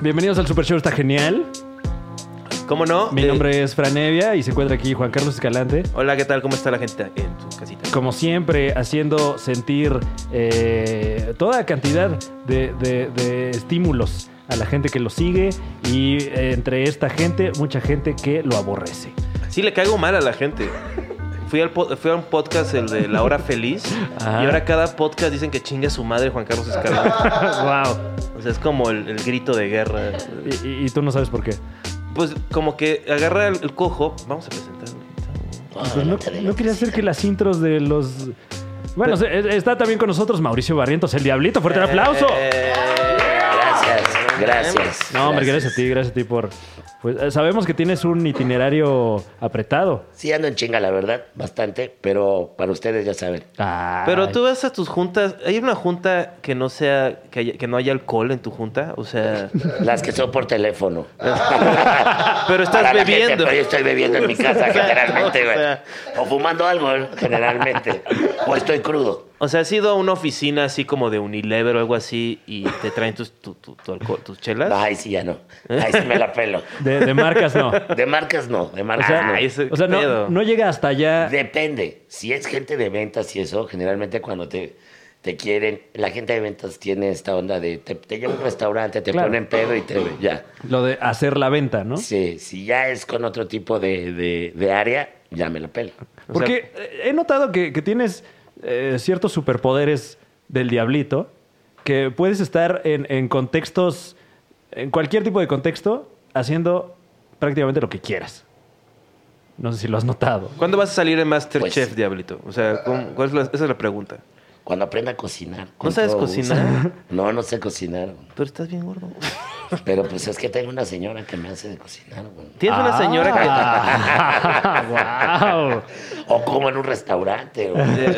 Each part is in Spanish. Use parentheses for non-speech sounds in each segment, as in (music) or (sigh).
Bienvenidos al Super Show, está genial. ¿Cómo no? Mi Eh, nombre es Franevia y se encuentra aquí Juan Carlos Escalante. Hola, ¿qué tal? ¿Cómo está la gente en su casita? Como siempre, haciendo sentir eh, toda cantidad de, de- de estímulos a la gente que lo sigue y eh, entre esta gente, mucha gente que lo aborrece. (laughs) Sí, le caigo mal a la gente. Fui, al po- fui a un podcast, el de La Hora Feliz, Ajá. y ahora cada podcast dicen que chinga su madre Juan Carlos Escalante. ¡Wow! O sea, es como el, el grito de guerra. Y, y- y tú no sabes por qué. Pues como que agarra el, el cojo. Vamos a presentarlo. Pues no, no quería hacer que las intros de los... Bueno, se- eh, está también con nosotros Mauricio Barrientos, el Diablito. ¡Fuerte el aplauso! Eh, Gracias, gracias. No, hombre, gracias a ti, gracias a ti por... Pues eh, sabemos que tienes un itinerario apretado. Sí, ando en chinga, la verdad, bastante, pero para ustedes ya saben. Pero Ay. tú vas a tus juntas. ¿Hay una junta que no sea, que, haya- que no haya alcohol en tu junta? O sea, Las que son por (laughs) teléfono. pero Para estás la gente, bebiendo. pero yo estoy bebiendo en mi casa (laughs) generalmente, o güey. sea. O fumando algo, ¿eh? generalmente. O estoy crudo. O sea, has ido a una oficina así como de Unilever o algo así y te traen tus, tu, tu- tu alcohol- tus chelas. Ay, sí, ya no. Ahí sí me la pelo. De, de marcas no. De marcas no, de O (laughs) marcas sea, Ay, no. Ah, ese o sea, no, pedo. no llega hasta allá. Depende. Si es gente de ventas y eso, generalmente cuando te, te quieren, la gente de ventas tiene esta onda de te, te lleva a un restaurante, te Claro. ponen pedo y te ya. Lo de hacer la venta, ¿no? Sí, si ya es con otro tipo de, de- de área, ya me la pela. Porque eh, he notado que, que tienes eh, ciertos superpoderes del diablito, que puedes estar en, en contextos, en cualquier tipo de contexto, haciendo prácticamente lo que quieras. No sé si lo has notado. ¿Cuándo vas a salir en Masterchef, Pues- Diablito? O sea, ¿cómo- cuál es la- esa es la pregunta. Cuando aprenda a cocinar. ¿No sabes todo cocinar? gusto. No, no sé cocinar. Pero estás bien gordo. Pero pues es que tengo una señora que me hace de cocinar. güey. Tienes una señora Ah. Ah, (laughs) señora O como en un restaurante. güey. (laughs) que...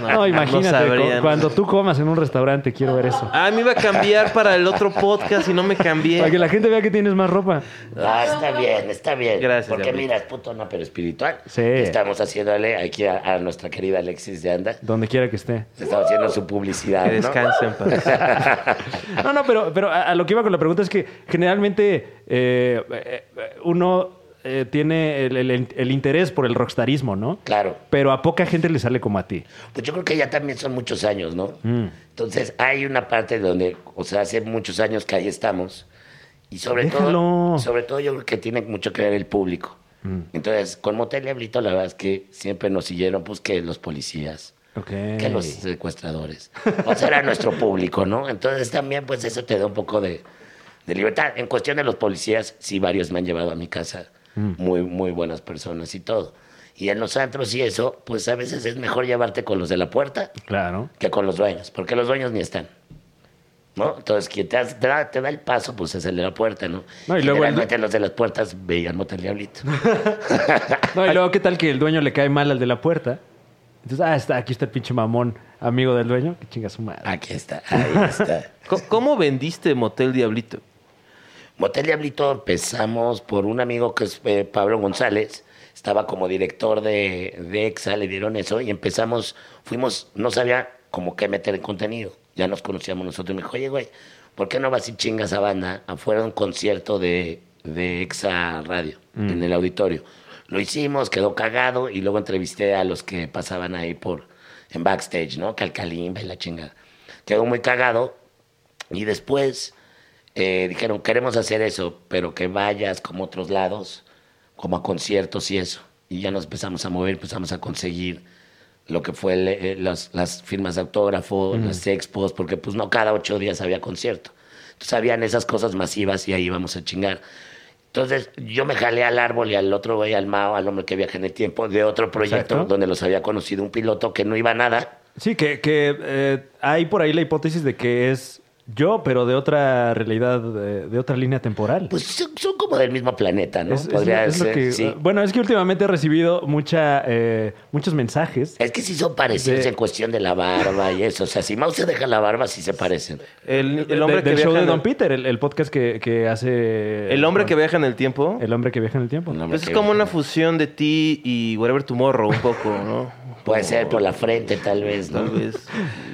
¡Wow! No, imagínate, cu- sabrían. cuando tú comas en un restaurante, quiero ver eso. Ah, me iba a cambiar para el otro podcast y no me Para que cambié. la gente vea que tienes más ropa. Ah, está bien, está bien. Gracias, Porque Gabriel. mira, es puto no, pero espiritual. Sí. Estamos haciéndole aquí a, a nuestra querida Alexis de Anda. Donde quiera que esté. Estamos haciendo su publicidad. Que ¿no? descansen. paz. No, no, pero, pero a, a lo que iba con la pregunta es que generalmente eh, eh, eh, uno eh, tiene el, el- el interés por el rockstarismo, ¿no? Claro. Pero a poca gente le sale como a ti. Pues yo creo que ya también son muchos años, ¿no? Entonces hay una parte donde, o sea, hace muchos años que ahí estamos. Y sobre Déjalo. todo, sobre todo yo creo que tiene mucho que ver el público. Entonces, con Motel Diablito, la verdad es que siempre nos siguieron, pues, que los policías, Ok. que los secuestradores. O sea, era nuestro público, ¿no? Entonces también, pues, eso te da un poco de, de libertad. En cuestión de los policías, sí, varios me han llevado a mi casa. Mm. Muy, muy buenas personas y todo. Y en los antros y eso, pues, a veces es mejor llevarte con los de la puerta Claro. que con los dueños, porque los dueños ni están. ¿No? Entonces, quien te, hace- te da, te da el paso, pues es el de la puerta, ¿no? No, y y luego el- los de las puertas veían (laughs) Motel Diablito. No, y luego, ¿qué tal que el dueño le cae mal al de la puerta? Entonces, ah, está, aquí está el pinche mamón, amigo del dueño. Que chinga su madre. Aquí está, ahí está. (laughs) ¿Cómo- ¿Cómo vendiste Motel Diablito? Motel Diablito empezamos por un amigo que es eh, Pablo González. Estaba como director de, de EXA, le dieron eso y empezamos, fuimos, no sabía como qué meter en contenido. Ya nos conocíamos nosotros. y Me dijo, oye, güey, ¿por qué no vas y chingas a banda afuera de un concierto de, de EXA Radio, en el auditorio? Lo hicimos, quedó cagado y luego entrevisté a los que pasaban ahí por, en backstage, ¿no? Calcalimba y la chingada. Quedó muy cagado y después eh, dijeron, queremos hacer eso, pero que vayas como a otros lados, como a conciertos y eso. Y ya nos empezamos a mover, empezamos a conseguir lo que fue el, eh, las, las firmas de autógrafo, Mm. las expos, porque pues no cada ocho días había concierto. Entonces habían esas cosas masivas y ahí íbamos a chingar. Entonces yo me jalé al árbol y al otro güey, al Mao, al hombre que viaja en el tiempo, de otro proyecto Exacto. donde los había conocido un piloto que no iba a nada. Sí, que, que, eh, hay por ahí la hipótesis de que es yo, pero de otra realidad, de, de otra línea temporal. Pues son, son como del mismo planeta, ¿no? Es- es Podría lo- es lo ser, que- eh, sí. Bueno, es que últimamente he recibido mucha, eh, muchos mensajes. Es que sí son parecidos De- en cuestión de la barba y eso. O sea, si Mao se deja la barba, sí se parecen. El, el hombre de- que del viaja show de en Don el- Peter, el, el podcast que, que hace. El hombre que viaja. viaja en el tiempo. Pues El hombre que viaja en el tiempo. Un hombre Pues es que- como una fusión de ti y Whatever Tomorrow un poco, ¿no? Puede ser por la frente, tal vez, ¿no? Tal vez.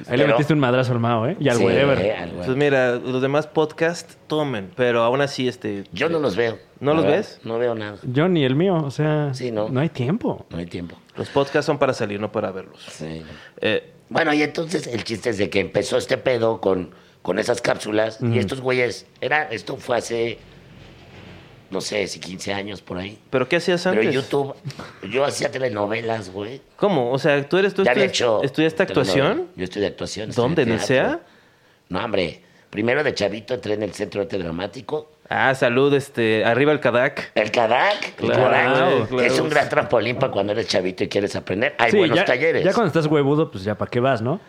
Ahí le Pero- metiste un madrazo al Mao, ¿eh? Y al Sí, wherever. eh, al Pues wherever. mira, los demás podcasts tomen, pero aún así, este. Yo no los veo. ¿No la los verdad. ves? No veo nada. Yo ni el mío, o sea, Sí, ¿no? no hay tiempo. No hay tiempo. Los podcasts son para salir, no para verlos. Sí. Eh, Bueno, y entonces el chiste es de que empezó este pedo con, con esas cápsulas y estos güeyes, era, esto fue hace, no sé, si 15 años por ahí. ¿Pero qué hacías Pero antes? YouTube, yo hacía telenovelas, güey. ¿Cómo? O sea, tú eres tú Ya había estudias- hecho. estudiaste actuación. telenovela. Yo estudié actuación. estudié ¿Dónde? ¿En el E teatro. CEA? No, hombre. Primero de chavito entré en el Centro de Arte Dramático. Ah, salud, este, arriba el Kadak. El CADAC, el Claro, CADAC, claro. es un gran trampolín para cuando eres chavito y quieres aprender. Hay sí, buenos ya, talleres. ya cuando estás huevudo, pues ya para qué vas, ¿no?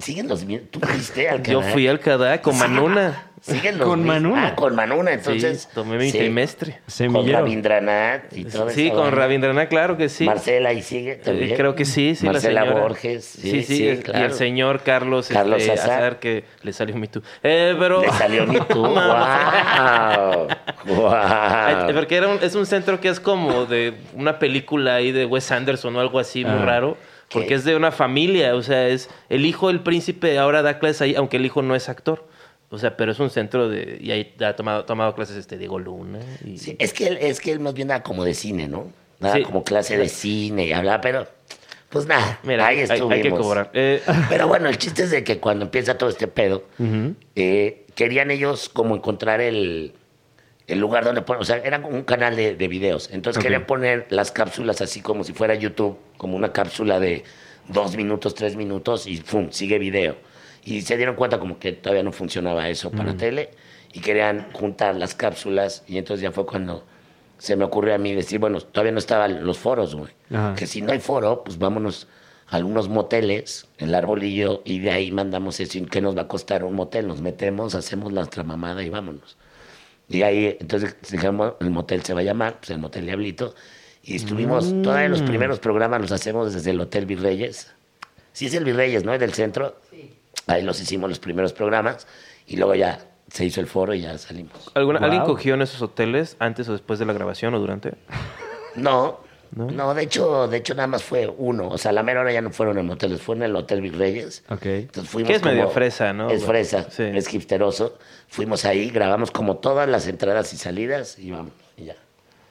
Siguen los mismos. ¿Tú fuiste al Yo CADAC? fui al Kadak (laughs) con Manuna. Siguen los Con mismos. Manuna. Ah, con Manuna, entonces. sí, tomé mi sí, trimestre. Con Semillero. Rabindranath y todo Sí, con Rabindranath, claro que sí. Marcela y sigue también. Eh, creo que sí, sí, Marcela la señora. Borges. Sí, sí, el- claro. Y el señor Carlos, Carlos este, Azar. Azar, que le salió mi tú. Eh, pero... (laughs) Le salió mi tú. ¡Wow! ¡Wow! Ah. Ay, Porque era un- es un centro que es como de una película ahí de Wes Anderson o algo así muy Ah. raro. ¿Qué? Porque es de una familia, o sea, es el hijo del príncipe ahora da clases ahí, aunque el hijo no es actor. O sea, pero es un centro de... Y ahí ha tomado, tomado clases este Diego Luna. Y, Sí, es, que él, es que él más bien daba como de cine, ¿no? Daba Sí. como clase de cine y hablaba, pero pues nada, Mira, ahí hay, hay estuvimos. que cobrar. Eh, (laughs) Pero bueno, el chiste es de que cuando empieza todo este pedo, eh, querían ellos como encontrar el, el lugar donde poner, o sea, era como un canal de, de videos. Entonces Ok. querían poner las cápsulas así como si fuera YouTube, como una cápsula de dos minutos, tres minutos y ¡pum! sigue video. Y se dieron cuenta como que todavía no funcionaba eso para tele y querían juntar las cápsulas y entonces ya fue cuando se me ocurrió a mí decir, bueno, todavía no estaban los foros, güey. Ajá. Que si no hay foro, pues vámonos a algunos moteles, el arbolillo, y de ahí mandamos eso. ¿Y ¿Qué nos va a costar un motel? Nos metemos, hacemos nuestra mamada y vámonos. Y ahí, entonces, dijimos, el motel se va a llamar, pues el motel Diablito. Y estuvimos, todavía los primeros programas los hacemos desde el Hotel Virreyes. Sí, es el Virreyes, ¿no? Es del centro. Ahí los hicimos los primeros programas. Y luego ya se hizo el foro y ya salimos. ¿alguna- ¿Alguien Wow. cogió en esos hoteles antes o después de la grabación o durante? No, ¿No? no, de hecho, de hecho nada más fue uno. O sea, a la mera hora ya no fueron en moteles, fue en el Hotel Virreyes. Ok. Entonces fuimos Que es como- medio fresa, ¿no? Es fresa, Sí. es hipsteroso. Fuimos ahí, grabamos como todas las entradas y salidas y vamos, y ya.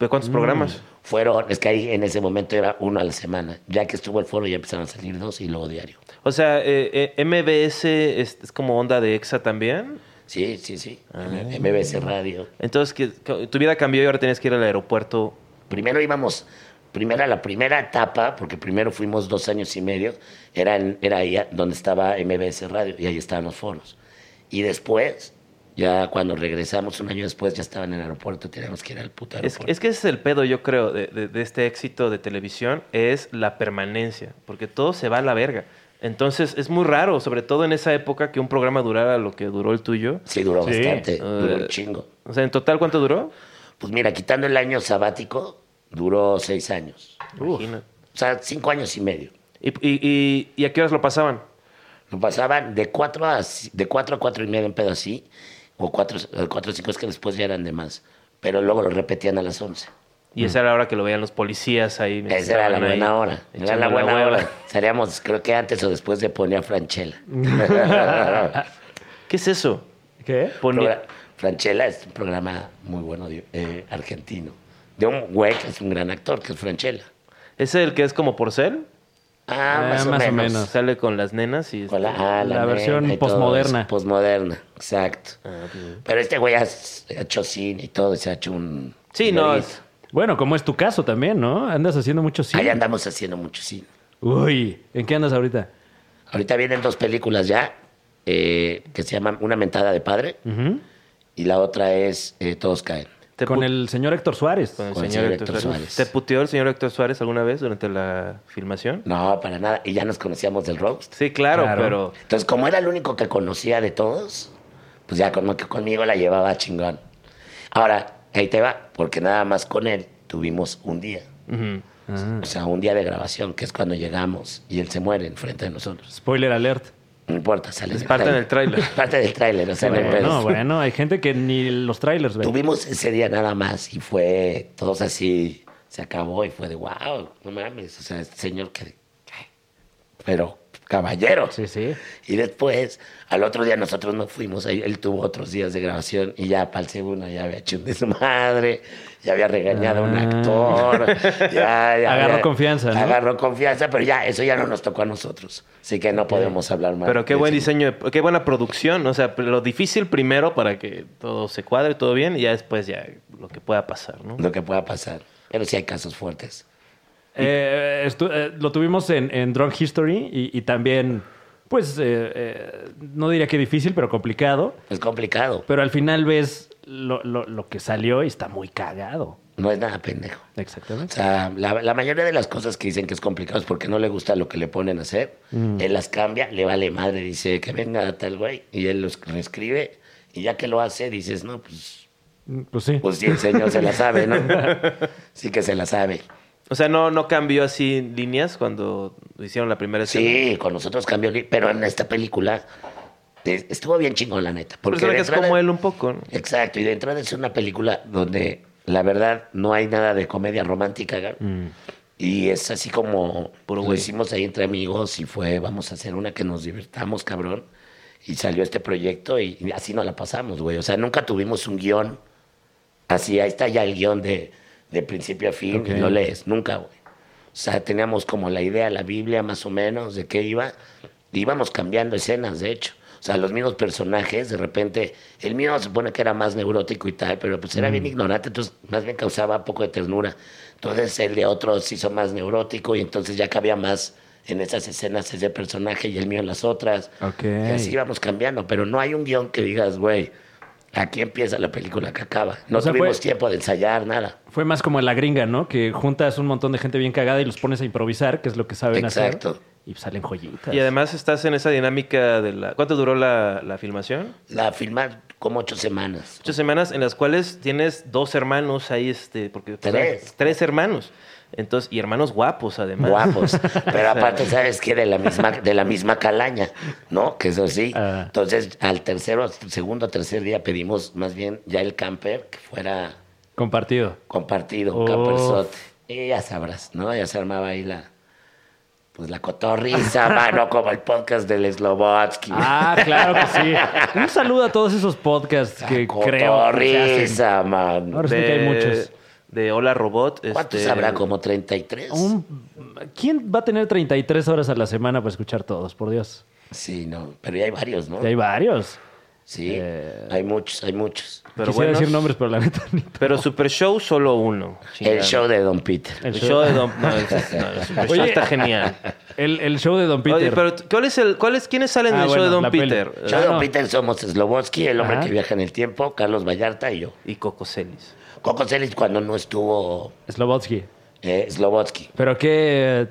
¿De Mm. cuántos programas? Fueron, es que ahí en ese momento era uno a la semana. Ya que estuvo el foro ya empezaron a salir dos y luego diario. O sea, eh, eh, MBS es, es como onda de EXA también. Sí, sí, sí. Ah. MBC Radio. Entonces, que, que tu vida cambió y ahora tienes que ir al aeropuerto. Primero íbamos, primero la primera etapa, porque primero fuimos dos años y medio, era, en- era ahí a- donde estaba MBS Radio y ahí estaban los foros. Y después, ya cuando regresamos un año después, ya estaban en el aeropuerto, teníamos que ir al puto Es, aeropuerto. es que ese es el pedo, yo creo, de, de- de este éxito de televisión, es la permanencia, porque todo se va a la verga. Entonces, es muy raro, sobre todo en esa época, que un programa durara lo que duró el tuyo. sí, duró Sí. bastante, duró Eh. un chingo. O sea, en total, ¿cuánto duró? Pues mira, quitando el año sabático, duró seis años. Imagina. O sea, cinco años y medio. ¿Y, y- y- y a qué horas lo pasaban? Lo pasaban de cuatro a, c- de cuatro a cuatro y media en pedo así, o cuatro, o cuatro o cinco es que después ya eran de más. Pero luego lo repetían a las once. Y esa era la hora que lo veían los policías ahí. mientras Mm. Esa era la estaban ahí, buena hora. Era echando la buena hueva. hora. Seríamos, creo que antes o después de Ponía Franchella. ¿Qué es eso? ¿Qué? Ponía- Progra- Franchella es un programa muy bueno de- eh, argentino. De un güey que es un gran actor, que es Franchella. ¿Es el que es como porcel? Ah, Ah, más, o, menos. Sale con las nenas y... este, Con la, ah, La nena versión y todo posmoderna. eso, Posmoderna, exacto. Ah, pues, Pero este güey ha s- ha hecho cine y todo, se ha hecho un... Sí, un no, verguito. es- Bueno, como es tu caso también, ¿no? Andas haciendo mucho cine. Ahí andamos haciendo mucho cine. Uy, ¿en qué andas ahorita? Ahorita vienen dos películas ya, eh, que se llaman Una mentada de padre Ujú. y la otra es eh, Todos caen. te Con pu- el señor Héctor Suárez. con el con señor, Héctor, Suárez. ¿Te puteó el señor Héctor Suárez alguna vez durante la filmación? No, para nada. Y ya nos conocíamos del roast. Sí, claro, Claro. pero... Entonces, como era el único que conocía de todos, pues ya como que conmigo la llevaba chingón. Ahora, ahí te va, porque nada más con él tuvimos un día. Ujú. Ah, O sea, un día de grabación, que es cuando llegamos y él se muere enfrente de nosotros. spoiler alert. No importa, sale Es en parte del tráiler. (laughs) parte del tráiler, o sea, no hay Bueno, pedos. bueno, hay gente que ni los trailers ve. Tuvimos ese día nada más y fue todos así, se acabó y fue de wow, no mames, o sea, este señor que ay, pero caballero. Sí, sí. Y después, al otro día nosotros nos fuimos, ahí él tuvo otros días de grabación y ya para el segundo ya había hecho un desmadre, ya había regañado a un Ah. actor. ya- ya Agarró había- confianza, ¿no? Agarró confianza, pero ya eso ya no nos tocó a nosotros. Así que no podemos hablar más. Pero qué de buen eso. diseño, de- qué buena producción. O sea, lo difícil primero para que todo se cuadre, todo bien, y ya después ya lo que pueda pasar, ¿no? Lo que pueda pasar. Pero sí hay casos fuertes. Eh, estu- eh, lo tuvimos en, en Drunk History y, y también, pues, eh, eh, no diría que difícil, pero complicado. Es complicado. Pero al final ves lo, lo- lo que salió y está muy cagado. No es nada pendejo. O Exactamente. sea, la, la mayoría de las cosas que dicen que es complicado es porque no le gusta lo que le ponen a hacer. Mm. Él las cambia, le vale madre, dice que venga tal güey, y él los reescribe, y ya que lo hace, dices, no, pues, Pues sí. pues sí, el señor se la (laughs) sabe, ¿no? Sí que se la sabe. O sea, no, no cambió así líneas cuando hicieron la primera escena. Sí, con nosotros cambió, li- pero en esta película eh, estuvo bien chingón, la neta. Por Porque eso de que es entrada- como él un poco, ¿no? Exacto, y de entrada es una película donde la verdad no hay nada de comedia romántica, Gar. Y es así como pues, Puro lo güey. hicimos ahí entre amigos y fue, vamos a hacer una que nos divertamos, cabrón. Y salió este proyecto y, y así nos la pasamos, güey. O sea, nunca tuvimos un guión así. Ahí está ya el guión de, de principio a fin Ok. y lo lees. Nunca, güey. O sea, teníamos como la idea, la Biblia más o menos, de qué iba. Íbamos cambiando escenas, de hecho. O sea, los mismos personajes, de repente, el mío se supone que era más neurótico y tal, pero pues era Mm. bien ignorante, entonces más bien causaba un poco de ternura. Entonces el de otro se hizo más neurótico y entonces ya cabía más en esas escenas ese personaje y el mío en las otras. Ok. Y así íbamos cambiando, pero no hay un guión que digas, güey, aquí empieza la película que acaba. No O sea, tuvimos fue- tiempo de ensayar, nada. Fue más como en la gringa, ¿no? Que juntas un montón de gente bien cagada y los pones a improvisar, que es lo que saben hacer. Exacto. Y salen joyitas. Y además estás en esa dinámica de la... ¿Cuánto duró la, la filmación? La filmar como ocho semanas. Ocho semanas en las cuales tienes dos hermanos ahí, este... Porque, Tres. tres hermanos. Entonces, y hermanos guapos, además. guapos. Pero aparte, ¿sabes qué? De la misma, de la misma calaña, ¿no? Que eso sí. Ah. Entonces, al tercero, segundo o tercer día pedimos más bien ya el camper que fuera Compartido. compartido, Oh. un camperzote. Y ya sabrás, ¿no? Ya se armaba ahí la. Pues la cotorriza, mano, como el podcast del Slobotsky. Ah, claro que sí. Un saludo a todos esos podcasts que creo que se hacen. cotorriza, (laughs) mano. Ahora sí que hay muchos. De Hola Robot. ¿Cuántos este, habrá? ¿Como 33? Un- ¿Quién va a tener 33 horas a la semana para escuchar todos? Por Dios. Sí, no. Pero ya hay varios, ¿no? Ya hay varios. Sí, Eh. hay muchos, hay muchos. Pero Quisiera buenos. decir nombres, pero la neta ni. Pero Super Show solo uno. El Chingada. show de Don Peter. El El show show. de Don... No, el- (laughs) no, el Super Show Oye. está genial. El, el show de Don Peter. Oye, pero ¿cuál es el, cuál es, ¿quiénes salen Ah, en el bueno, show de Don la peli. Peter? Yo, Ah, Don no. Peter, somos Slobotsky, el hombre Ajá. que viaja en el tiempo, Carlos Vallarta y yo. Eh, Y Coco Celis. Coco Celis cuando no estuvo Slobotsky. eh, Slobotsky. ¿Pero qué?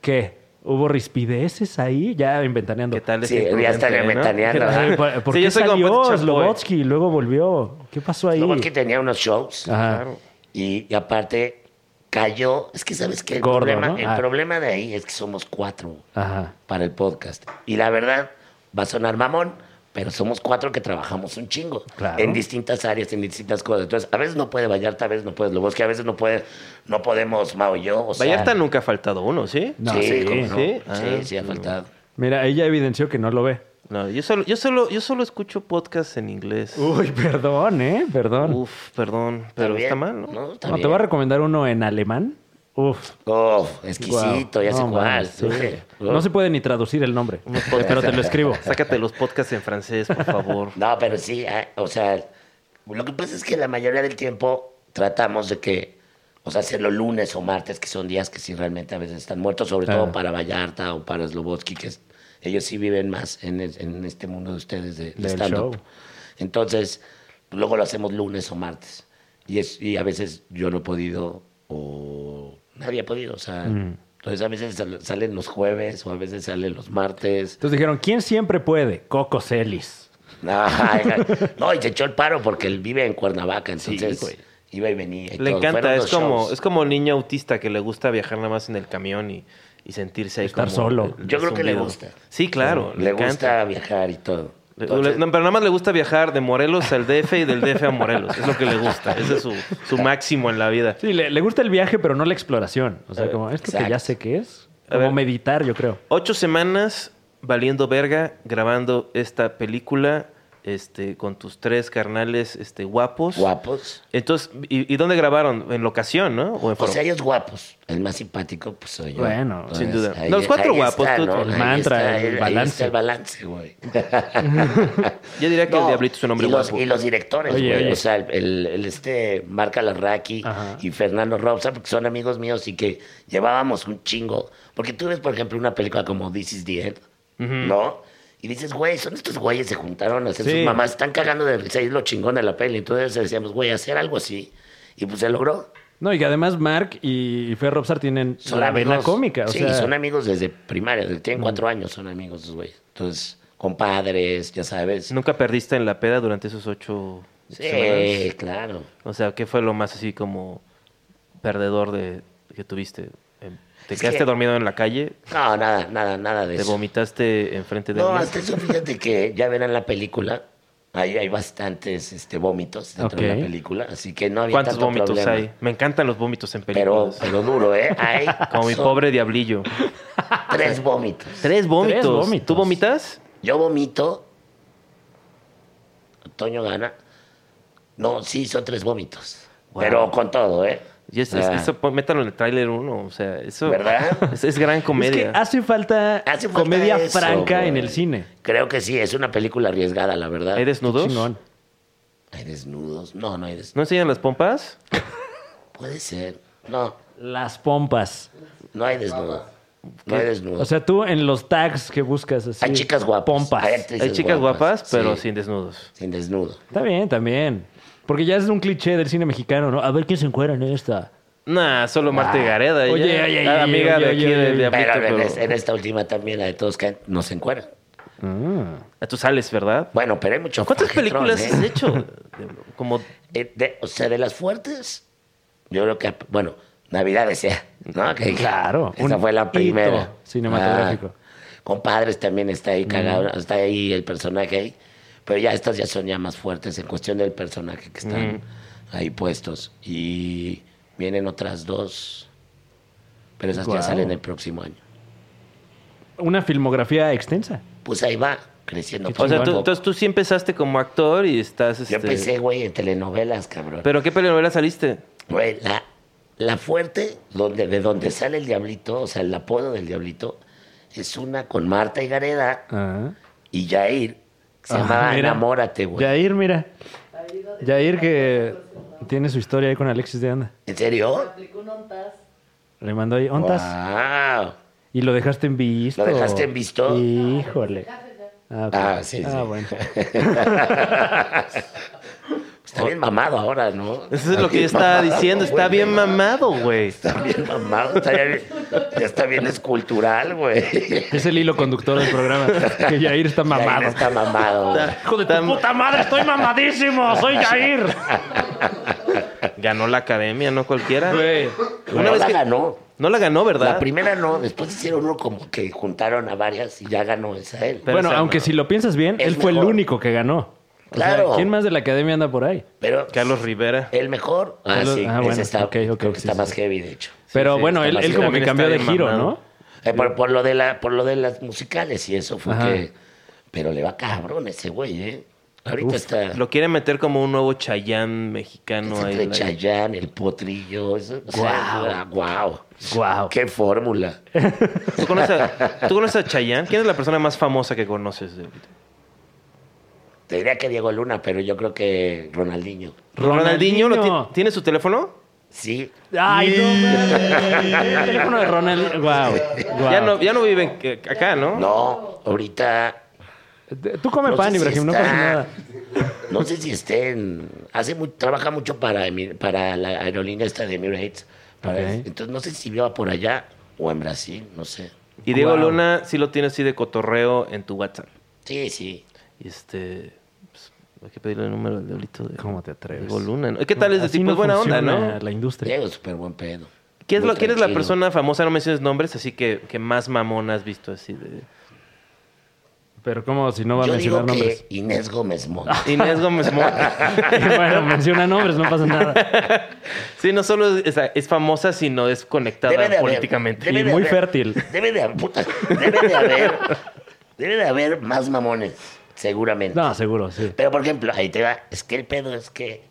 ¿Qué? ¿Hubo rispideces ahí? Ya inventaneando. ¿Qué tal Sí, ese ya está imprudente, no? remetaneando. ¿Por, ¿verdad? por Sí, qué yo soy como salió Pati Chapoy. Slobotsky y luego volvió? ¿Qué pasó ahí? Slobotsky tenía unos shows Ajá. Claro. y, y aparte cayó. Es que, ¿sabes qué? El, Gordo, problema, ¿no? el Ah. problema de ahí es que somos cuatro Ajá. para el podcast. Y la verdad, va a sonar mamón, pero somos cuatro que trabajamos un chingo. Claro. En distintas áreas, en distintas cosas. Entonces, a veces no puede Vallarta, a veces no puede Slobotsky, a veces no puede, no podemos Mao y yo. O sea, Vallarta nunca ha faltado uno, ¿sí? No, sí, sí. cómo no. Sí. sí, Ah, sí, ha no. faltado. Mira, ella evidenció que no lo ve. No, yo solo, yo solo, yo solo escucho podcasts en inglés. Uy, perdón, ¿eh? Perdón. Uf, perdón, pero bien, está mal, ¿no? Está No, te bien. voy a recomendar uno en alemán. Uf. Uf, exquisito, ya sé No, cuál. mames, sí. Uf. No se puede ni traducir el nombre, pero te lo escribo. (laughs) Sácate los podcasts en francés, por favor. No, pero sí, ah, o sea, lo que pasa es que la mayoría del tiempo tratamos de que, o sea, hacerlo lunes o martes, que son días que sí realmente a veces están muertos, sobre Claro. todo para Vallarta o para Slobotsky, que es- ellos sí viven más en, es- en este mundo de ustedes de, de Del stand-up. show. Entonces, luego lo hacemos lunes o martes. Y, es, y a veces yo no he podido o nadie ha podido, o sea... Mm. Entonces a veces sal- salen los jueves o a veces salen los martes. Entonces dijeron, ¿quién siempre puede? Coco Celis. No, no, y se echó el paro porque él vive en Cuernavaca, entonces güey. iba y venía. (laughs) y Le todo. encanta, Fueron es dos como, shows. es como niño autista que le gusta viajar nada más en el camión y, y sentirse ahí Estar como solo. Yo creo que le zumbido. gusta. Sí, claro. Le encanta. gusta viajar y todo. Le- Entonces, le- no, pero nada más le gusta viajar de Morelos al DF y del DF a Morelos. Es lo que le gusta. Ese es su, su máximo en la vida. Sí, le, le gusta el viaje, pero no la exploración. O sea, como, esto que Eh, Exacto. ya sé qué es, A Como ver. meditar, yo creo. Ocho semanas valiendo verga, grabando esta película este, con tus tres carnales este, guapos. Guapos. Entonces, ¿y, y dónde grabaron? En locación, ¿no? O en O foro? sea, ellos guapos. El más simpático, pues soy yo. Bueno, sin duda. Los cuatro guapos, tú- el mantra, está, el ahí balance. está el balance, güey. Yo diría que el No, Diablito es un hombre y los, guapo. y los directores, Oye, güey. oye. O sea, el, el- el este Marca Larraqui Ajá. y Fernando Robsa, porque son amigos míos y que llevábamos un chingo. Porque tú ves, por ejemplo, una película como This is the End, ¿no? Y dices, güey, son estos güeyes se juntaron a hacer Sí. sus mamás, están cagando de risa y es lo chingón de la peli. Entonces decíamos, güey, hacer algo así. Y pues se logró. No, y que además Mark y Fer Robsar tienen Son la amigos. vena cómica. O sí, sea, Mm. son amigos desde primaria, desde tienen cuatro años, son amigos esos güeyes. Entonces, compadres, ya sabes. ¿Nunca perdiste en la peda durante esos ocho sí, semanas? claro. O sea, ¿qué fue lo más así como perdedor de, que tuviste? Eh, ¿Te Es quedaste que- dormido en la calle? No, nada, nada, nada de ¿Te eso. vomitaste enfrente de No, alguien? hasta eso fíjate que ya verán la película. Ahí hay bastantes este, vómitos dentro de Ok. la película, así que no había ¿Cuántos tanto vómitos problema. hay? Me encantan los vómitos en Pero, películas. pero duro, ¿eh? Hay (laughs) Como mi son pobre diablillo. tres vómitos. Tres vómitos. vómitos. ¿Tú vomitas? Yo vomito. Toño gana. No, sí, son tres vómitos. Wow. Pero con todo, ¿eh? Y es- O es- sea, eso, pon- métalo en el tráiler uno. O sea, eso. ¿Verdad? (laughs) Es, es gran es comedia. que hace falta Hace falta comedia eso, franca en güey. el cine. Creo que sí, es una película arriesgada, la verdad. ¿Hay desnudos? Chingón. Hay desnudos. No, no hay desnudos. ¿No enseñan las pompas? Puede ser. No, Las pompas. no hay desnudo. No hay desnudo. O sea, tú en los tags que buscas así. hay chicas guapas. Pompas. actrices Hay chicas guapas, pero sí, sin desnudos. Sin desnudo. Está bien, también. Porque ya es un cliché del cine mexicano, ¿no? A ver quién se encuera en esta. Nah, solo Marta y Gareda. Oye, ella, oye, la oye, amiga oye, de aquí oye, de oye. Diablito. Pero, en, pero- es- en esta última también, la de todos caen, no se encuentran. Ah, Tú sales, ¿verdad? Bueno, pero hay mucho ¿Cuántas fajetón, películas ¿eh? has hecho? Diablo? Como Eh, de- o sea, de las fuertes, yo creo que, bueno, Navidad desea, ¿no? Que- Claro, Esa un fue la hito primera. cinematográfico. Ah, compadres también está ahí cagado, está ahí el personaje ahí. Pero ya estas ya son ya más fuertes en cuestión del personaje que están ahí puestos. Y vienen otras dos, pero esas ya Guau. salen el próximo año. Una filmografía extensa. Pues ahí va, creciendo. O poco sea, a tú, poco. entonces tú sí empezaste como actor y estás... Este... Yo empecé, güey, en telenovelas, cabrón. ¿Pero qué telenovela saliste? Güey, la, la fuerte, donde, de donde sale el diablito, o sea, el apodo del diablito, es una con Marta y Gareda Ah. y Jair. que se Ah, llamaba mira. Enamórate, güey. Yair, mira. Yair que tiene su historia ahí con Alexis de Anda. ¿En serio? Le mandó ahí ontas Wow. y lo dejaste en visto. ¿Lo dejaste en visto? Híjole. Ah, ok. Ah, sí, Ah, sí. bueno. Está bien mamado ahora, ¿no? Eso es lo que yo estaba diciendo. Está bien mamado, güey. Está bien mamado, está ya, bien- ya está bien escultural, güey. Es el hilo conductor del programa. Que Yair está Jair mamado. Está mamado. güey. Hijo de tu puta madre, estoy mamadísimo. Soy Yair. Ganó la academia, no cualquiera. Güey. Una No vez la que- ganó. No la ganó, ¿verdad? La primera no, después hicieron uno como que juntaron a varias y ya ganó esa él. Pero Bueno, esa aunque no. si lo piensas bien, Es él fue el mejor. único que ganó. O sea, Claro. ¿Quién más de la academia anda por ahí? Pero Carlos Rivera. El mejor. Ah, Carlos- sí. ah, ese bueno, ok, está, ok, creo que sí, está sí, más sí. heavy, de hecho. Pero sí, bueno, está él, más él como que bien, cambió está de bien giro, mamado. ¿no? Eh, por, por lo de la, por lo de las musicales y eso fue Ajá. que. Pero le va cabrón ese güey, ¿eh? Ahorita está. Lo quiere meter como un nuevo Chayán mexicano. es ahí, entre la- Chayanne, el potrillo. Eso, o sea, guau. Wow. ¡Qué fórmula! ¿Tú conoces, a, tú conoces a Chayanne? ¿Quién es la persona más famosa que conoces? de- Te diría que Diego Luna, pero yo creo que Ronaldinho. Ronaldinho. ¿lo ti- ¿Tiene su teléfono? Sí. Ay, no mames. El teléfono de Ronald. Wow. Ya, no, ya no vive en- eh, acá, ¿no? No, ahorita. Tú come No sé pan, si Ibrahim, no comes está. nada. No sé si estén. Hace mu- trabaja mucho para, Emir- para la aerolínea esta de Emirates. para- Ok. Entonces no sé si viva por allá o en Brasil, no sé. Y Diego Wow. Luna sí lo tiene así de cotorreo en tu WhatsApp. Sí, sí. Y este. pues, hay que pedirle el número al diablito de. ¿Cómo te atreves? Diego Luna. ¿no? ¿Qué tal es de Así tipo? no es buena onda, funciona ¿no? La industria. Diego es súper buen pedo. ¿Quién es, Muy lo- quién es la tranquilo. persona famosa? No menciones nombres, así que, que más mamón has visto así de. Pero como si no va a Yo mencionar digo nombres. Ah, que Inés Gómez Montt. (laughs) Inés Gómez Mora. bueno, menciona nombres, no pasa nada. Sí, no solo es, es famosa, sino es conectada Debe de haber, políticamente. debe Y de muy haber- fértil. Debe de haber, puta, debe de haber, debe de haber más mamones, seguramente. No, seguro, sí. Pero, por ejemplo, ahí te va. Es que el pedo es que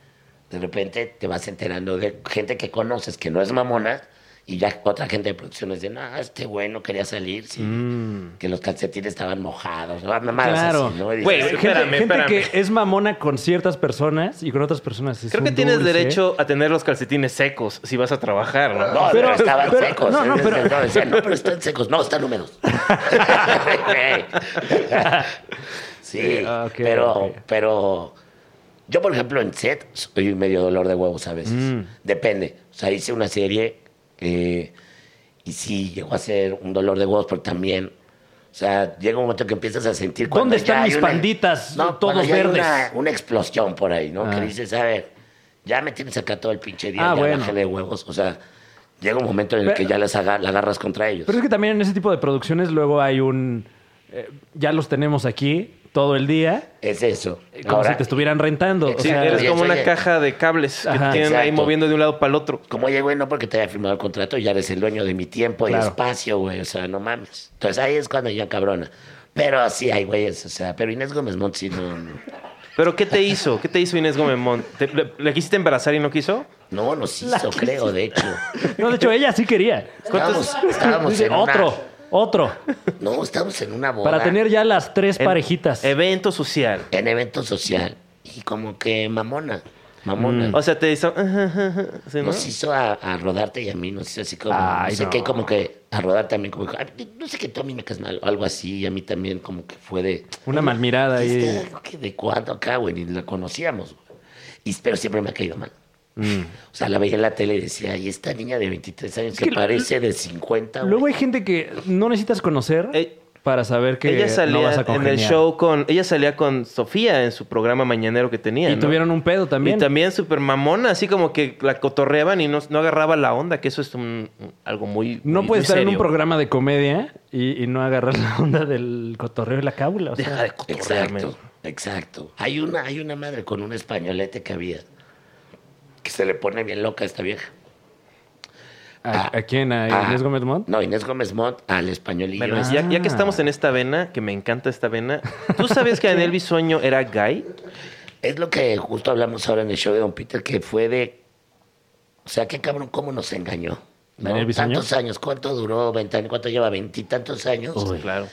de repente te vas enterando de gente que conoces que no es mamona y ya otra gente de producciones de, no, este güey no quería salir, sí, Mm. que los calcetines estaban mojados, ¿no? mamadas Claro. así, ¿no? Y Güey, dices, Gente, Espérame, gente espérame. que es mamona con ciertas personas y con otras personas es Creo un que tienes dulce. derecho a tener los calcetines secos si vas a trabajar, ¿no? No, Pero- pero, estaban pero- secos. no, no, pero- no, decían, "No, pero están secos. No, están (laughs) húmedos. (laughs) sí, Ah, ok, pero, ok. pero yo, por ejemplo, en set soy medio dolor de huevos a veces. Mm. Depende. O sea, hice una serie eh, y sí llegó a ser un dolor de huevos, pero también... O sea, llega un momento que empiezas a sentir cuando ¿Dónde están ya hay mis una- panditas? Todos cuando ya hay verdes. Una, una explosión por ahí, ¿no? Ah. Que dices, a ver, ya me tienes acá todo el pinche día, Ah, ya bueno. bájale de huevos. O sea, llega un momento en el Pero- que ya las aga- la agarras contra ellos. Pero es que también en ese tipo de producciones luego hay un... eh, ya los tenemos aquí todo el día, es eso. eh, como Ahora, si te estuvieran rentando. o Sí, sea, eres oye, como una oye. caja de cables que Ajá, tienen ahí exacto. moviendo de un lado para el otro. como oye, güey, no porque te haya firmado el contrato, ya eres el dueño de mi tiempo Claro. y espacio, güey. O sea, no mames. Entonces ahí es cuando ya cabrona. Pero sí hay güeyes, o sea, pero Inés Gómez Montt sí no... no. ¿Pero qué te hizo? ¿Qué te hizo Inés Gómez Mont? ¿Te- le, le quisiste embarazar y no quiso? No, nos hizo, creo, (laughs) de hecho. No, de hecho, ella sí quería. Estábamos, estábamos Dice, en una- otro, otro. No, estábamos en una boda. Para tener ya las tres parejitas. Evento social. en evento social y como que mamona, mamona. Mm. O sea, te hizo... ¿sí, no? Nos hizo a, a rodarte y a mí, nos hizo así como, Ay, no sé no. qué, como que a rodar también, como que, "Ay, no sé qué, tú a mí me caes mal, o algo así, y a mí también como que fue de, Una malmirada "Este, ahí. ¿qué ¿de cuándo acá, güey? Ni la conocíamos, güey". Y, pero siempre me ha caído mal. Mm. O sea, la veía en la tele y decía, y esta niña de 23 años que, que lo- parece de 50, güey". Luego hay gente que no necesitas conocer Ey, para saber que ella no salía vas a en el congeniar. show con... Ella salía con Sofía en su programa mañanero que tenía, Y ¿no? tuvieron un pedo también. Y también súper mamona, así como que la cotorreaban y no, no agarraba la onda, que eso es un- un- algo muy. No muy- puedes muy estar en un serio. programa de comedia y, y no agarrar la (laughs) onda del cotorreo y la cábula. o sea. Deja de cotorrearme. Exacto, exacto. Hay una, hay una madre con un españolete que había que se le pone bien loca a esta vieja. ¿A, a quién? ¿A Ah, Inés Gómez Montt? No, Inés Gómez Montt al españolillo. este. Bueno, Ah. ya, ya que estamos en esta vena, que me encanta esta vena, ¿tú (laughs) sabes que Anel Bisoño era gay? Es lo que justo hablamos ahora en el show de Don Peter, que fue de. O sea, qué cabrón, cómo nos engañó. ¿no? ¿Daniel Bisoño? Tantos años, ¿cuánto duró? 20 años, ¿Cuánto lleva? Veintitantos años. Uy. Claro.